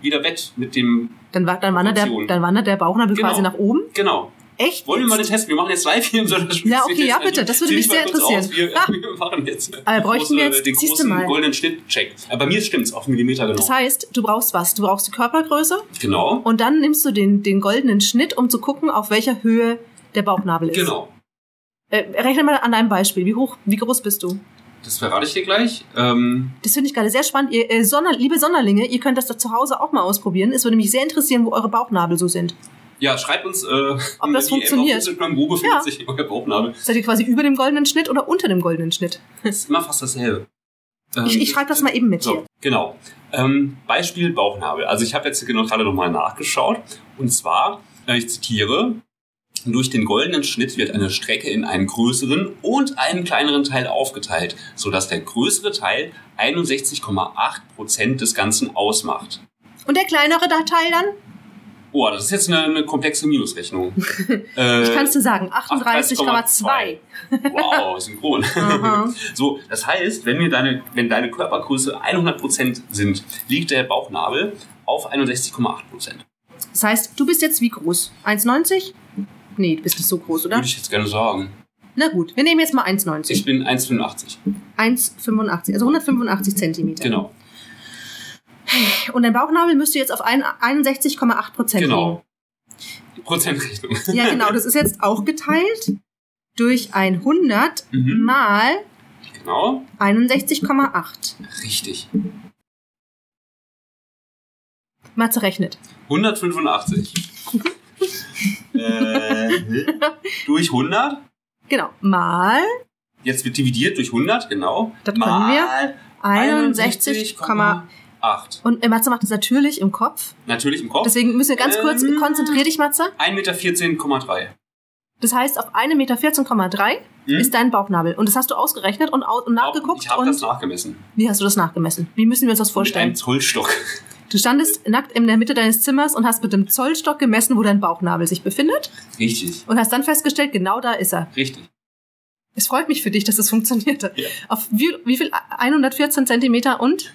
wieder wett mit dem.
Dann, wa- dann, wandert, der,
Option.
dann wandert der Bauchnabel
Genau.
quasi nach oben.
Genau.
Echt?
Wollen wir mal den testen? Wir machen jetzt live hier im Sonderspiel.
Ja, okay, ja, bitte. Das würde mich sehr Äh,
Aus. Wir, *laughs* wir machen jetzt
Aber bräuchten wir
große-
jetzt-
den
siehst du
großen
mal.
goldenen Schnittcheck. Aber bei mir stimmt's auf den Millimeter genau.
Das heißt, du brauchst was? Du brauchst die Körpergröße
genau.
und dann nimmst du den, den goldenen Schnitt, um zu gucken, auf welcher Höhe der Bauchnabel ist.
Genau.
Äh, rechne mal an deinem Beispiel. Wie hoch, wie groß bist du?
Das verrate ich dir gleich. Ähm,
Das finde ich gerade sehr spannend. Ihr, äh, Sonder, liebe Sonderlinge, ihr könnt das da zu Hause auch mal ausprobieren. Es würde mich sehr interessieren, wo eure Bauchnabel so sind.
ja, schreibt uns äh,
Ob das
die DM
funktioniert.
Auf Instagram, wo befindet
Ja.
sich euer Bauchnabel?
Seid ihr quasi über dem goldenen Schnitt oder unter dem goldenen Schnitt?
Das ist immer fast dasselbe. Ähm,
Ich, ich schreibe das mal eben mit
so,
hier.
Genau. Ähm, Beispiel Bauchnabel. Also ich habe jetzt genau gerade nochmal nachgeschaut. Und zwar, äh, ich zitiere, durch den goldenen Schnitt wird eine Strecke in einen größeren und einen kleineren Teil aufgeteilt, sodass der größere Teil 61,8% des Ganzen ausmacht.
Und der kleinere Teil dann?
Oh, das ist jetzt eine, eine komplexe Minusrechnung. äh,
Ich kann es dir sagen. 38,2.
38,2. Wow, synchron.
Aha.
*laughs* so, das heißt, wenn, mir deine, wenn deine Körpergröße 100% sind, liegt der Bauchnabel auf 61,8%.
Das heißt, du bist jetzt wie groß? 1,90? Nee, du bist nicht so groß, oder?
Würde ich jetzt gerne sagen.
Na gut, wir nehmen jetzt mal
Ich
1,90.
bin 1,85.
1,85, also 185 Zentimeter.
Genau.
Und dein Bauchnabel müsste jetzt auf ein- 61,8 Prozent
Genau.
*laughs*
Prozentrechnung.
liegen. Ja, genau. Das ist jetzt auch geteilt durch 100
Mhm.
mal
Genau.
61,8.
Richtig.
Matze rechnet. *laughs*
185. äh, durch 100.
Genau. Mal
Jetzt wird dividiert durch 100, genau.
Das können
Mal
61,8.
61,8.
Und äh, Matze macht das natürlich im Kopf.
Natürlich im Kopf.
Deswegen müssen wir ganz kurz,
Ähm.
konzentrier dich, Matze.
1,14,3.
Das heißt, auf 1,14,3 Meter
Hm?
ist dein Bauchnabel. Und das hast du ausgerechnet und, au- und nachgeguckt.
Ich habe
und
das nachgemessen.
Wie hast du das nachgemessen? Wie müssen wir uns das
Mit einem
vorstellen?
Zollstock.
Du standest nackt in der Mitte deines Zimmers und hast mit dem Zollstock gemessen, wo dein Bauchnabel sich befindet
Richtig.
und hast dann festgestellt, genau da ist er.
Richtig.
Es freut mich für dich, dass es funktionierte.
Ja.
Auf wie, wie viel? 114 Zentimeter und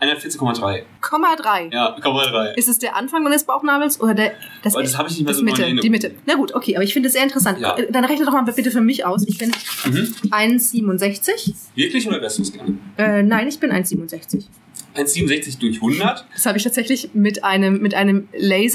114,3.
Komma drei.
Ja, 0,3.
Ist es der Anfang deines Bauchnabels oder der, das,
Aber das habe ich nicht mehr
das
so in
Mitte,
Erinnerung.
die Mitte? Na gut, okay, aber ich finde es sehr interessant.
Ja.
Äh, Dann rechne doch mal bitte für mich aus. Ich bin
Mhm.
1,67.
Wirklich oder wärst du es gerne?
Äh, nein, ich bin 1,67.
1,67 durch 100.
Das habe ich tatsächlich mit einem, mit einem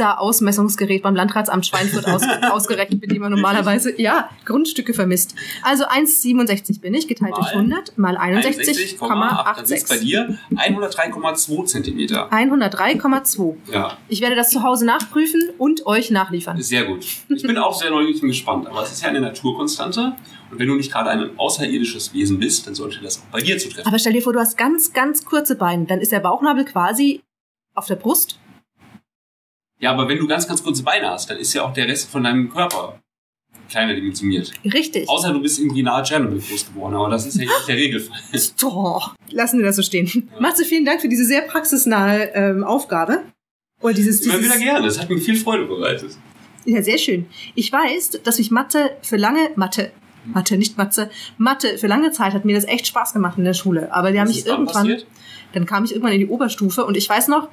Laser-Ausmessungsgerät beim Landratsamt Schweinfurt
*laughs*
aus, ausgerechnet, mit dem man normalerweise ja, Grundstücke vermisst. Also 1,67 bin ich, geteilt durch
Mal
100 mal
61,8. Das ist bei
61,86.
dir 103,2 Zentimeter.
103,2.
Ja,
Ich werde das zu Hause nachprüfen und euch nachliefern.
sehr gut. Ich bin auch sehr neugierig und gespannt. Aber es ist ja eine Naturkonstante. Und wenn du nicht gerade ein außerirdisches Wesen bist, dann sollte das auch bei dir zutreffen.
Aber stell dir vor, du hast ganz, ganz kurze Beine. Dann ist der Bauchnabel quasi auf der Brust.
Ja, aber wenn du ganz, ganz kurze Beine hast, dann ist ja auch der Rest von deinem Körper kleiner dimensioniert.
Richtig.
Außer du bist irgendwie nahe Tschernobyl groß geworden, aber das ist ja nicht der
*laughs*
Regelfall.
Doch, lassen wir das so stehen. Matze, vielen Dank für diese sehr praxisnahe ähm, Aufgabe. Oder
*laughs*
dieses,
Immer
dieses
wieder gerne, das hat mir viel Freude bereitet.
Ja, sehr schön. Ich weiß, dass mich Mathe für lange, Mathe, Mathe, nicht Matze. Mathe, für lange Zeit hat mir das echt Spaß gemacht in der Schule. Aber die haben
Was
mich
ist dann
irgendwann,
passiert?
dann kam ich irgendwann in die Oberstufe und ich weiß noch,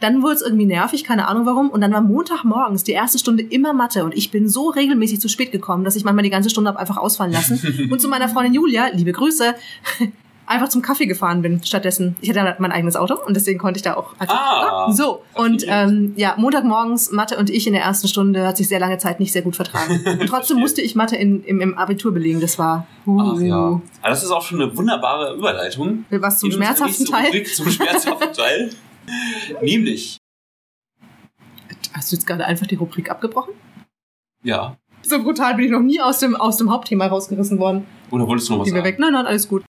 dann wurde es irgendwie nervig, keine Ahnung warum. Und dann war Montagmorgens die erste Stunde immer Mathe. Und ich bin so regelmäßig zu spät gekommen, dass ich manchmal die ganze Stunde hab einfach
*laughs*
ausfallen lassen. und zu meiner Freundin Julia, liebe Grüße, *laughs* einfach zum Kaffee gefahren bin stattdessen. Ich hatte ja mein eigenes Auto und deswegen konnte ich da auch einfach.
Ah,
so, und
verstehe.
ähm, ja, Montagmorgens, Mathe und ich in der ersten Stunde hat sich sehr lange Zeit nicht sehr gut
*laughs*
vertragen. Und trotzdem musste ich Mathe in, im, im Abitur belegen. Das war uh,
Ach ja. Aber das ist auch schon eine wunderbare Überleitung.
was zum
In unsere nächste
schmerzhaften Teil.
Rubrik Zum schmerzhaften
*laughs*
Teil. Nämlich,
Hast du jetzt gerade einfach die Rubrik abgebrochen?
ja.
So brutal bin ich noch nie aus dem, aus dem Hauptthema rausgerissen worden.
Oder wolltest du noch was
Gehen wir
sagen?
weg. Nein, nein, alles gut.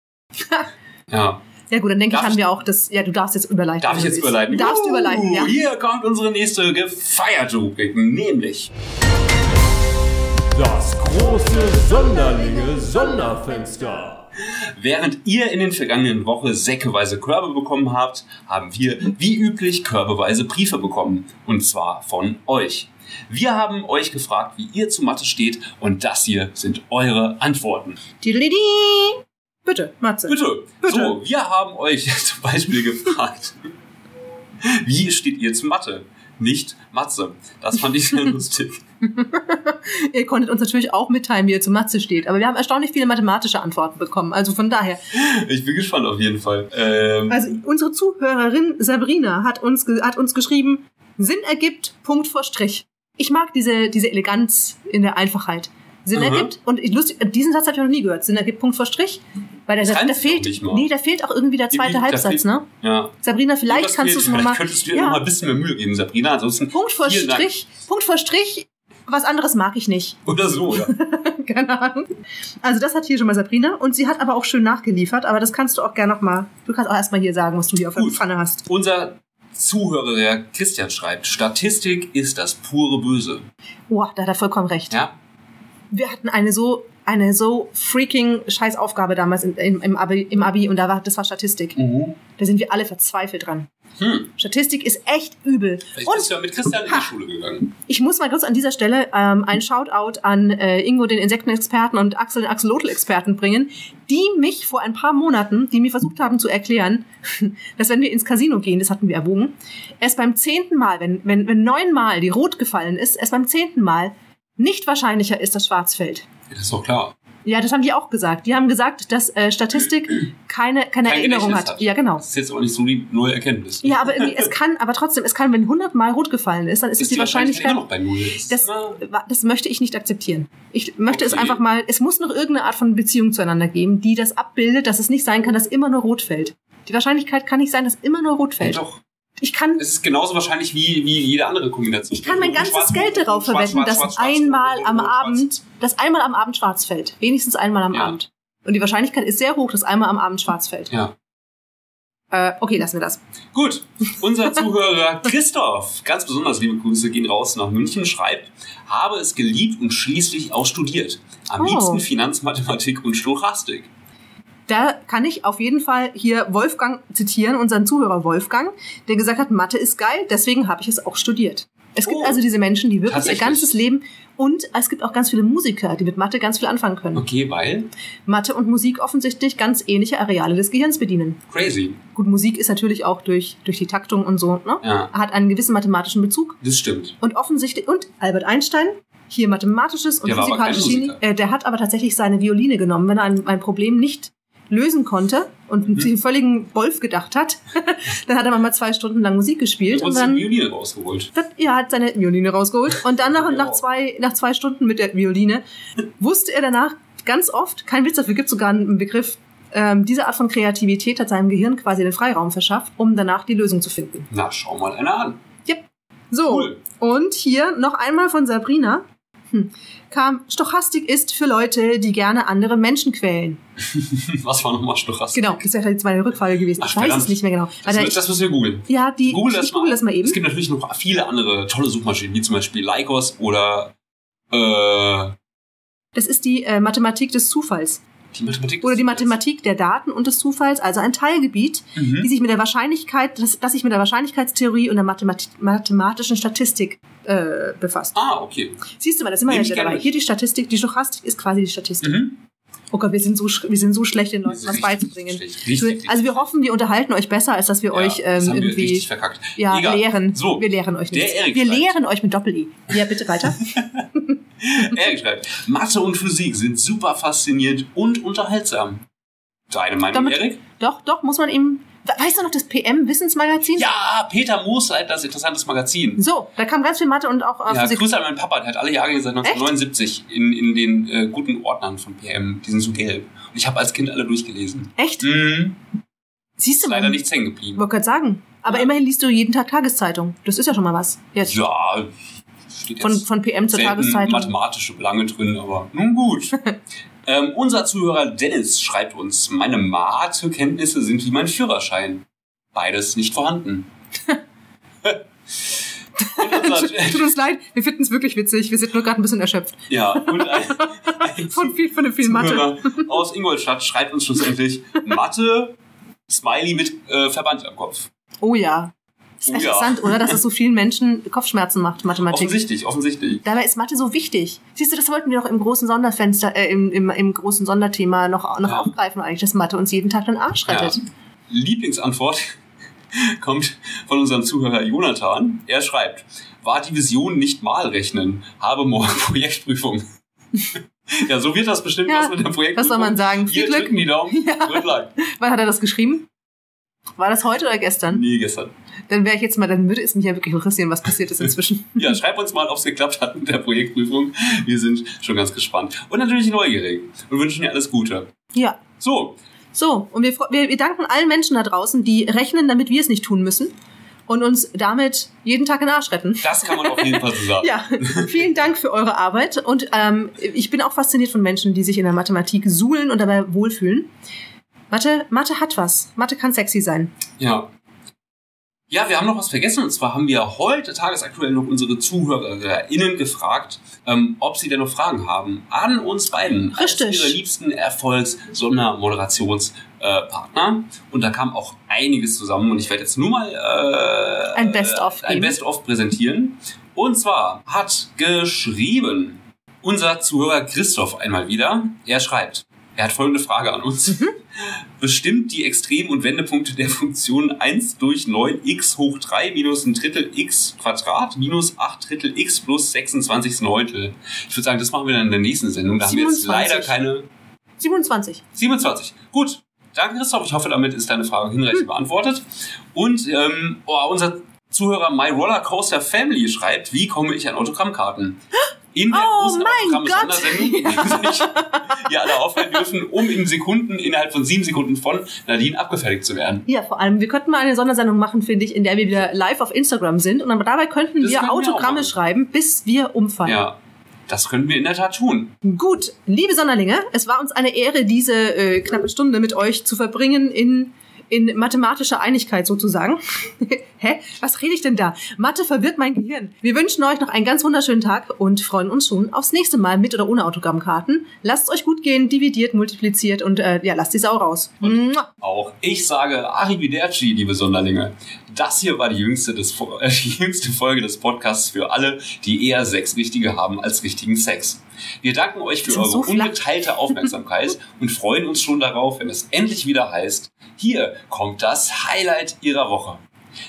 Ja.
Ja gut, dann denke ich,
Darf
haben
ich-
wir auch das. Ja, du darfst jetzt überleiten.
Darf ich
wenn du
jetzt
willst.
überleiten? Uh,
Du darfst überleiten, ja.
Hier kommt unsere nächste gefeierte Rubrik, nämlich
Das große Sonderlinge Sonderfenster.
Während ihr in den vergangenen Woche säckeweise Körbe bekommen habt, haben wir wie üblich körbeweise Briefe bekommen. Und zwar von euch. Wir haben euch gefragt, wie ihr zu Mathe steht und das hier sind eure Antworten.
Tiddlidi. Bitte, Matze.
Bitte,
Bitte.
so, wir haben euch *laughs* zum Beispiel gefragt, wie steht ihr zu Mathe? Nicht Matze. Das fand ich
*laughs*
sehr lustig.
Ihr konntet uns natürlich auch mitteilen, wie ihr zu Matze steht. Aber wir haben erstaunlich viele mathematische Antworten bekommen. Also von daher,
Ich bin gespannt auf jeden Fall. Ähm,
Also unsere Zuhörerin Sabrina hat uns, ge- hat uns geschrieben, Sinn ergibt, Punkt vor Strich. Ich mag diese, diese Eleganz in der Einfachheit. Sinn
Aha.
ergibt, und ich, lustig, diesen Satz habe ich noch nie gehört, Sinn ergibt, Punkt vor Strich. Weil der,
Das
da, da
kannst du
fehlt,
doch nicht mal.
nee, da fehlt auch irgendwie der zweite
Irgendwie, da
Halbsatz,
fehlt-
ne?
ja.
Sabrina, vielleicht
Das
kannst du
fehlt.
es nochmal.
Vielleicht könntest du dir noch mal ein bisschen mehr Mühe geben, Sabrina. Ansonsten
Punkt vor
vielen Dank.
Strich, Punkt vor Strich, was anderes mag ich nicht. *laughs*
Oder so, ja.
Keine Ahnung. Also das hat hier schon mal Sabrina und sie hat aber auch schön nachgeliefert, aber das kannst du auch gerne nochmal, du kannst auch erstmal hier sagen, was du hier auf der
Gut.
Pfanne hast.
Unser Zuhörer Christian schreibt, Statistik ist das pure Böse.
Boah, da hat er vollkommen recht.
Ja,
Wir hatten eine so, eine so freaking scheiß Aufgabe damals im, im, im, Abi, im Abi und da war, das war Statistik.
mhm.
Da sind wir alle verzweifelt dran.
Hm.
Statistik ist echt übel.
vielleicht bist
Und
du ja mit Christian in die Schule gegangen.
ich muss mal kurz an dieser Stelle ähm,
Hm.
ein Shoutout an äh, Ingo, den Insektenexperten und Axel, den Axolotl-Experten bringen, die mich vor ein paar Monaten, die mir versucht haben zu erklären, *laughs* dass wenn wir ins Casino gehen, das hatten wir erwogen, erst beim zehnten Mal, wenn, wenn, wenn neunmal die Rot gefallen ist, erst beim zehnten Mal nicht wahrscheinlicher ist, dass Schwarz fällt.
Ja, das ist doch klar.
Ja, das haben die auch gesagt. Die haben gesagt, dass äh, Statistik keine, keine
Kein
Erinnerung
Gedächtnis
hat.
hat.
Ja, genau.
Das ist jetzt auch nicht so die neue Erkenntnis.
Ja, aber irgendwie, es kann, aber trotzdem, es kann, wenn 100 Mal rot gefallen ist, dann ist, es die Wahrscheinlichkeit.
immer noch bei Null.
das,
Na,
wa- das möchte ich nicht akzeptieren. Ich möchte es
Okay.
einfach mal, es muss noch irgendeine Art von Beziehung zueinander geben, die das abbildet, dass es nicht sein kann, dass immer nur rot fällt. Die Wahrscheinlichkeit kann nicht sein, dass immer nur rot
ja,
fällt.
doch.
Ich kann,
Es ist genauso wahrscheinlich wie, wie jede andere Kombination.
ich kann mein
Rot, schwarz,
ganzes
rot,
Geld darauf
schwarz,
verwetten,
schwarz,
dass
schwarz, schwarz,
einmal
rot,
am
rot, schwarz.
Abend, dass einmal am Abend schwarz fällt. Wenigstens einmal am
Ja.
Abend. Und die Wahrscheinlichkeit ist sehr hoch, dass einmal am Abend schwarz fällt.
Ja.
Äh, okay, lassen wir das.
Gut, unser Zuhörer *laughs* Christoph, ganz besonders liebe Grüße gehen raus nach München, schreibt, habe es geliebt und schließlich auch studiert. Am
Oh.
liebsten Finanzmathematik und Stochastik.
Da kann ich auf jeden Fall hier Wolfgang zitieren, unseren Zuhörer Wolfgang, der gesagt hat, Mathe ist geil, deswegen habe ich es auch studiert. Es gibt
Oh.
also diese Menschen, die wirklich ihr
Tatsächlich.
ganzes Leben und es gibt auch ganz viele Musiker, die mit Mathe ganz viel anfangen können.
Okay, weil?
Mathe und Musik offensichtlich ganz ähnliche Areale des Gehirns bedienen.
Crazy.
Gut, Musik ist natürlich auch durch, durch die Taktung und so, ne?
Ja,
hat einen gewissen mathematischen Bezug
das stimmt.
und offensichtlich und Albert Einstein hier mathematisches und
Der war aber kein
physikalisches Genie.
Musiker.
Äh, der hat aber tatsächlich seine Violine genommen, wenn er ein, ein Problem nicht lösen konnte und
Mhm.
sich einen völligen Wolf gedacht hat, *laughs* dann hat er mal zwei Stunden lang Musik gespielt
Und
und
die
dann
Violine rausgeholt.
er hat seine Violine rausgeholt und dann
*laughs* Ja.
nach, nach, zwei, nach zwei Stunden mit der Violine wusste er danach ganz oft, kein Witz dafür, gibt sogar einen Begriff, ähm, diese Art von Kreativität hat seinem Gehirn quasi den Freiraum verschafft, um danach die Lösung zu finden.
Na, schau mal einer an. *laughs*
So,
Cool.
und hier noch einmal von Sabrina hm, kam, Stochastik ist für Leute, die gerne andere Menschen quälen.
Was war nochmal Stochastik?
Genau, das wäre jetzt meine Rückfrage gewesen.
Ach,
ich weiß es
verdammt.
nicht mehr genau.
Das,
Warte,
mü-
ich,
das müssen wir googeln.
ja, die,
Google das
ich google das mal eben.
Es gibt natürlich noch viele andere tolle Suchmaschinen, wie zum Beispiel Lycos oder äh,
Das ist die äh, Mathematik des Zufalls.
die Mathematik.
Oder die Mathematik der Daten und des Zufalls, also ein Teilgebiet,
Mhm.
die sich mit der Wahrscheinlichkeit, das, das sich mit der Wahrscheinlichkeitstheorie und der Mathemati mathematischen Statistik äh, befasst.
Ah, okay.
Siehst du mal, das sind wir
Nee,
ja
ich
wieder
kenn
dabei.
mich.
Hier die Statistik, die Stochastik ist quasi die Statistik.
Mhm.
Oh Gott, wir sind so, sch- wir sind so schlecht, den
Wir
Leuten
sind
was
richtig
beizubringen.
schlecht, richtig, richtig
also wir hoffen, wir unterhalten euch besser, als dass wir euch
ja, das
ähm,
haben wir
irgendwie
richtig verkackt.
ja,
Egal.
lehren.
So,
Wir lehren euch
der
nichts.
Erik
Wir
schreibt.
lehren euch mit Doppel-I. Ja, bitte weiter.
*laughs* Er schreibt, Mathe und Physik sind super faszinierend und unterhaltsam. Deine Meinung,
Damit-
Erik?
doch, doch, muss man ihm... We- Weißt du noch das PM-Wissensmagazin?
Ja, Peter Moosleit, das interessantes Magazin.
So, da kam ganz viel Mathe und auch äh,
Ja,
Physik.
Grüße an meinen Papa, der hat alle Jahre seit 1979 in, in den äh, guten Ordnern von PM, die sind so gelb. Und ich habe als Kind alle durchgelesen.
Echt?
Mhm.
Siehst
Ist
du
leider
mal?
nichts hängen geblieben.
Wollte gerade sagen. Aber
Ja.
immerhin liest du jeden Tag Tageszeitung. Das ist ja schon mal was. Jetzt.
Ja, steht jetzt
Von, von PM zur
selten
Tageszeitung.
mathematische Belange drin, aber nun gut. ähm, unser Zuhörer Dennis schreibt uns, meine Mathekenntnisse sind wie mein Führerschein. Beides nicht
*laughs*
vorhanden. und unser,
*laughs* Tut uns leid, wir finden es wirklich witzig. Wir sind nur gerade ein bisschen erschöpft.
ja, und
*laughs*
ein, ein
Von viel, von der viel Mathe.
Zuhörer aus Ingolstadt schreibt uns schlussendlich Mathe, Smiley mit äh, Verband am Kopf.
Oh ja. Das ist
Oh ja.
interessant, oder? Dass es so vielen Menschen Kopfschmerzen macht, Mathematik.
Offensichtlich, offensichtlich.
Dabei ist Mathe so wichtig. Siehst du, das wollten wir doch im großen Sonderfenster, äh, im, im, im großen Sonderthema noch, noch
Ja.
aufgreifen eigentlich, dass Mathe uns jeden Tag den Arsch rettet.
Ja. Lieblingsantwort *laughs* kommt von unserem Zuhörer Jonathan. Er schreibt, war Division nicht mal rechnen, habe morgen *laughs* Projektprüfung. ja, so wird das bestimmt
Ja,
was mit der Projektprüfung.
Was soll man sagen?
Hier
Viel Glück.
drücken die Daumen.
*laughs* Ja.
Good luck.
Wann hat er das geschrieben? War das heute oder gestern?
Nee, gestern.
Dann wäre ich jetzt mal, dann würde es mich ja wirklich interessieren, was passiert
*laughs*
ist inzwischen.
Ja, schreib uns mal, ob es geklappt hat mit der Projektprüfung. Wir sind schon ganz gespannt. Und natürlich neugierig. Und wünschen dir alles Gute.
Ja.
So,
So, und wir, fre- wir, wir danken allen Menschen da draußen, die rechnen, damit wir es nicht tun müssen und uns damit jeden Tag in den Arsch retten.
das kann man auf jeden Fall so sagen.
Ja, vielen Dank für eure Arbeit und ähm, ich bin auch fasziniert von Menschen, die sich in der Mathematik suhlen und dabei wohlfühlen. Mathe, Mathe hat was. Mathe kann sexy sein.
Ja. Ja, wir haben noch was vergessen. Und zwar haben wir heute tagesaktuell noch unsere ZuhörerInnen gefragt, ähm, ob sie denn noch Fragen haben an uns beiden. Als
Richtig.
ihre liebsten Erfolgs-, Sondermoderationspartner. Äh, Partner. und da kam auch einiges zusammen. Und ich werde jetzt nur mal äh,
Ein Best-of
ein
geben.
Best-of präsentieren. Und zwar hat geschrieben unser Zuhörer Christoph einmal wieder. Er schreibt, er hat folgende Frage an uns *laughs* bestimmt die Extrem- und Wendepunkte der Funktionen 1 durch 9 x hoch 3 minus ein Drittel x Quadrat minus 8 Drittel x plus 26 Neuntel. Ich würde sagen, das machen wir dann in der nächsten Sendung. Da haben wir
27.
jetzt leider keine
27.
27. Gut. Danke, Christoph. Ich hoffe, damit ist deine Frage hinreichend
Hm.
beantwortet. Und ähm, oh, unser Zuhörer My Rollercoaster Family schreibt, wie komme ich an Autogrammkarten? In der
Oh
großen
mein
Autogramm-Sondersendung, in der sich wir alle aufhören dürfen, um in Sekunden, innerhalb von sieben Sekunden von Nadine abgefertigt zu werden.
Ja, vor allem, wir könnten mal eine Sondersendung machen, finde ich, in der wir wieder live auf Instagram sind und dann, dabei könnten
Das
wir
könnten wir auch
Autogramme
machen.
schreiben, bis wir umfallen.
Ja, das können wir in der Tat tun.
Gut, liebe Sonderlinge, es war uns eine Ehre, diese äh, knappe Stunde mit euch zu verbringen in, in mathematischer Einigkeit sozusagen. *laughs* Hä? Was rede ich denn da? Mathe verwirrt mein Gehirn. Wir wünschen euch noch einen ganz wunderschönen Tag und freuen uns schon aufs nächste Mal mit oder ohne Autogrammkarten. Lasst es euch gut gehen, dividiert, multipliziert und äh, ja, lasst die Sau raus. Mua.
Auch ich sage Arrivederci, liebe Sonderlinge. Das hier war die jüngste, des, Fo- *laughs* äh, die jüngste Folge des Podcasts für alle, die eher Sex richtige haben als richtigen Sex. Wir danken euch für
sind
eure
so flach. *laughs*
ungeteilte Aufmerksamkeit und freuen uns schon darauf, wenn es endlich wieder heißt, hier kommt das Highlight ihrer Woche.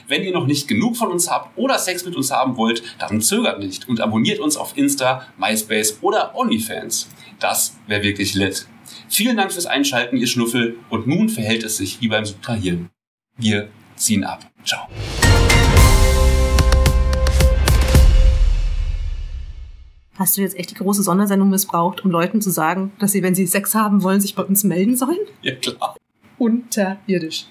Wenn ihr noch nicht genug von uns habt oder Sex mit uns haben wollt, dann zögert nicht und abonniert uns auf Insta, MySpace oder OnlyFans. Das wäre wirklich lit. Vielen Dank fürs Einschalten, ihr Schnuffel. Und nun verhält es sich wie beim Subtrahieren. Wir ziehen ab. Ciao.
Hast du jetzt echt die große Sondersendung missbraucht, um Leuten zu sagen, dass sie, wenn sie Sex haben wollen, sich bei uns melden sollen?
Ja, klar.
Unterirdisch.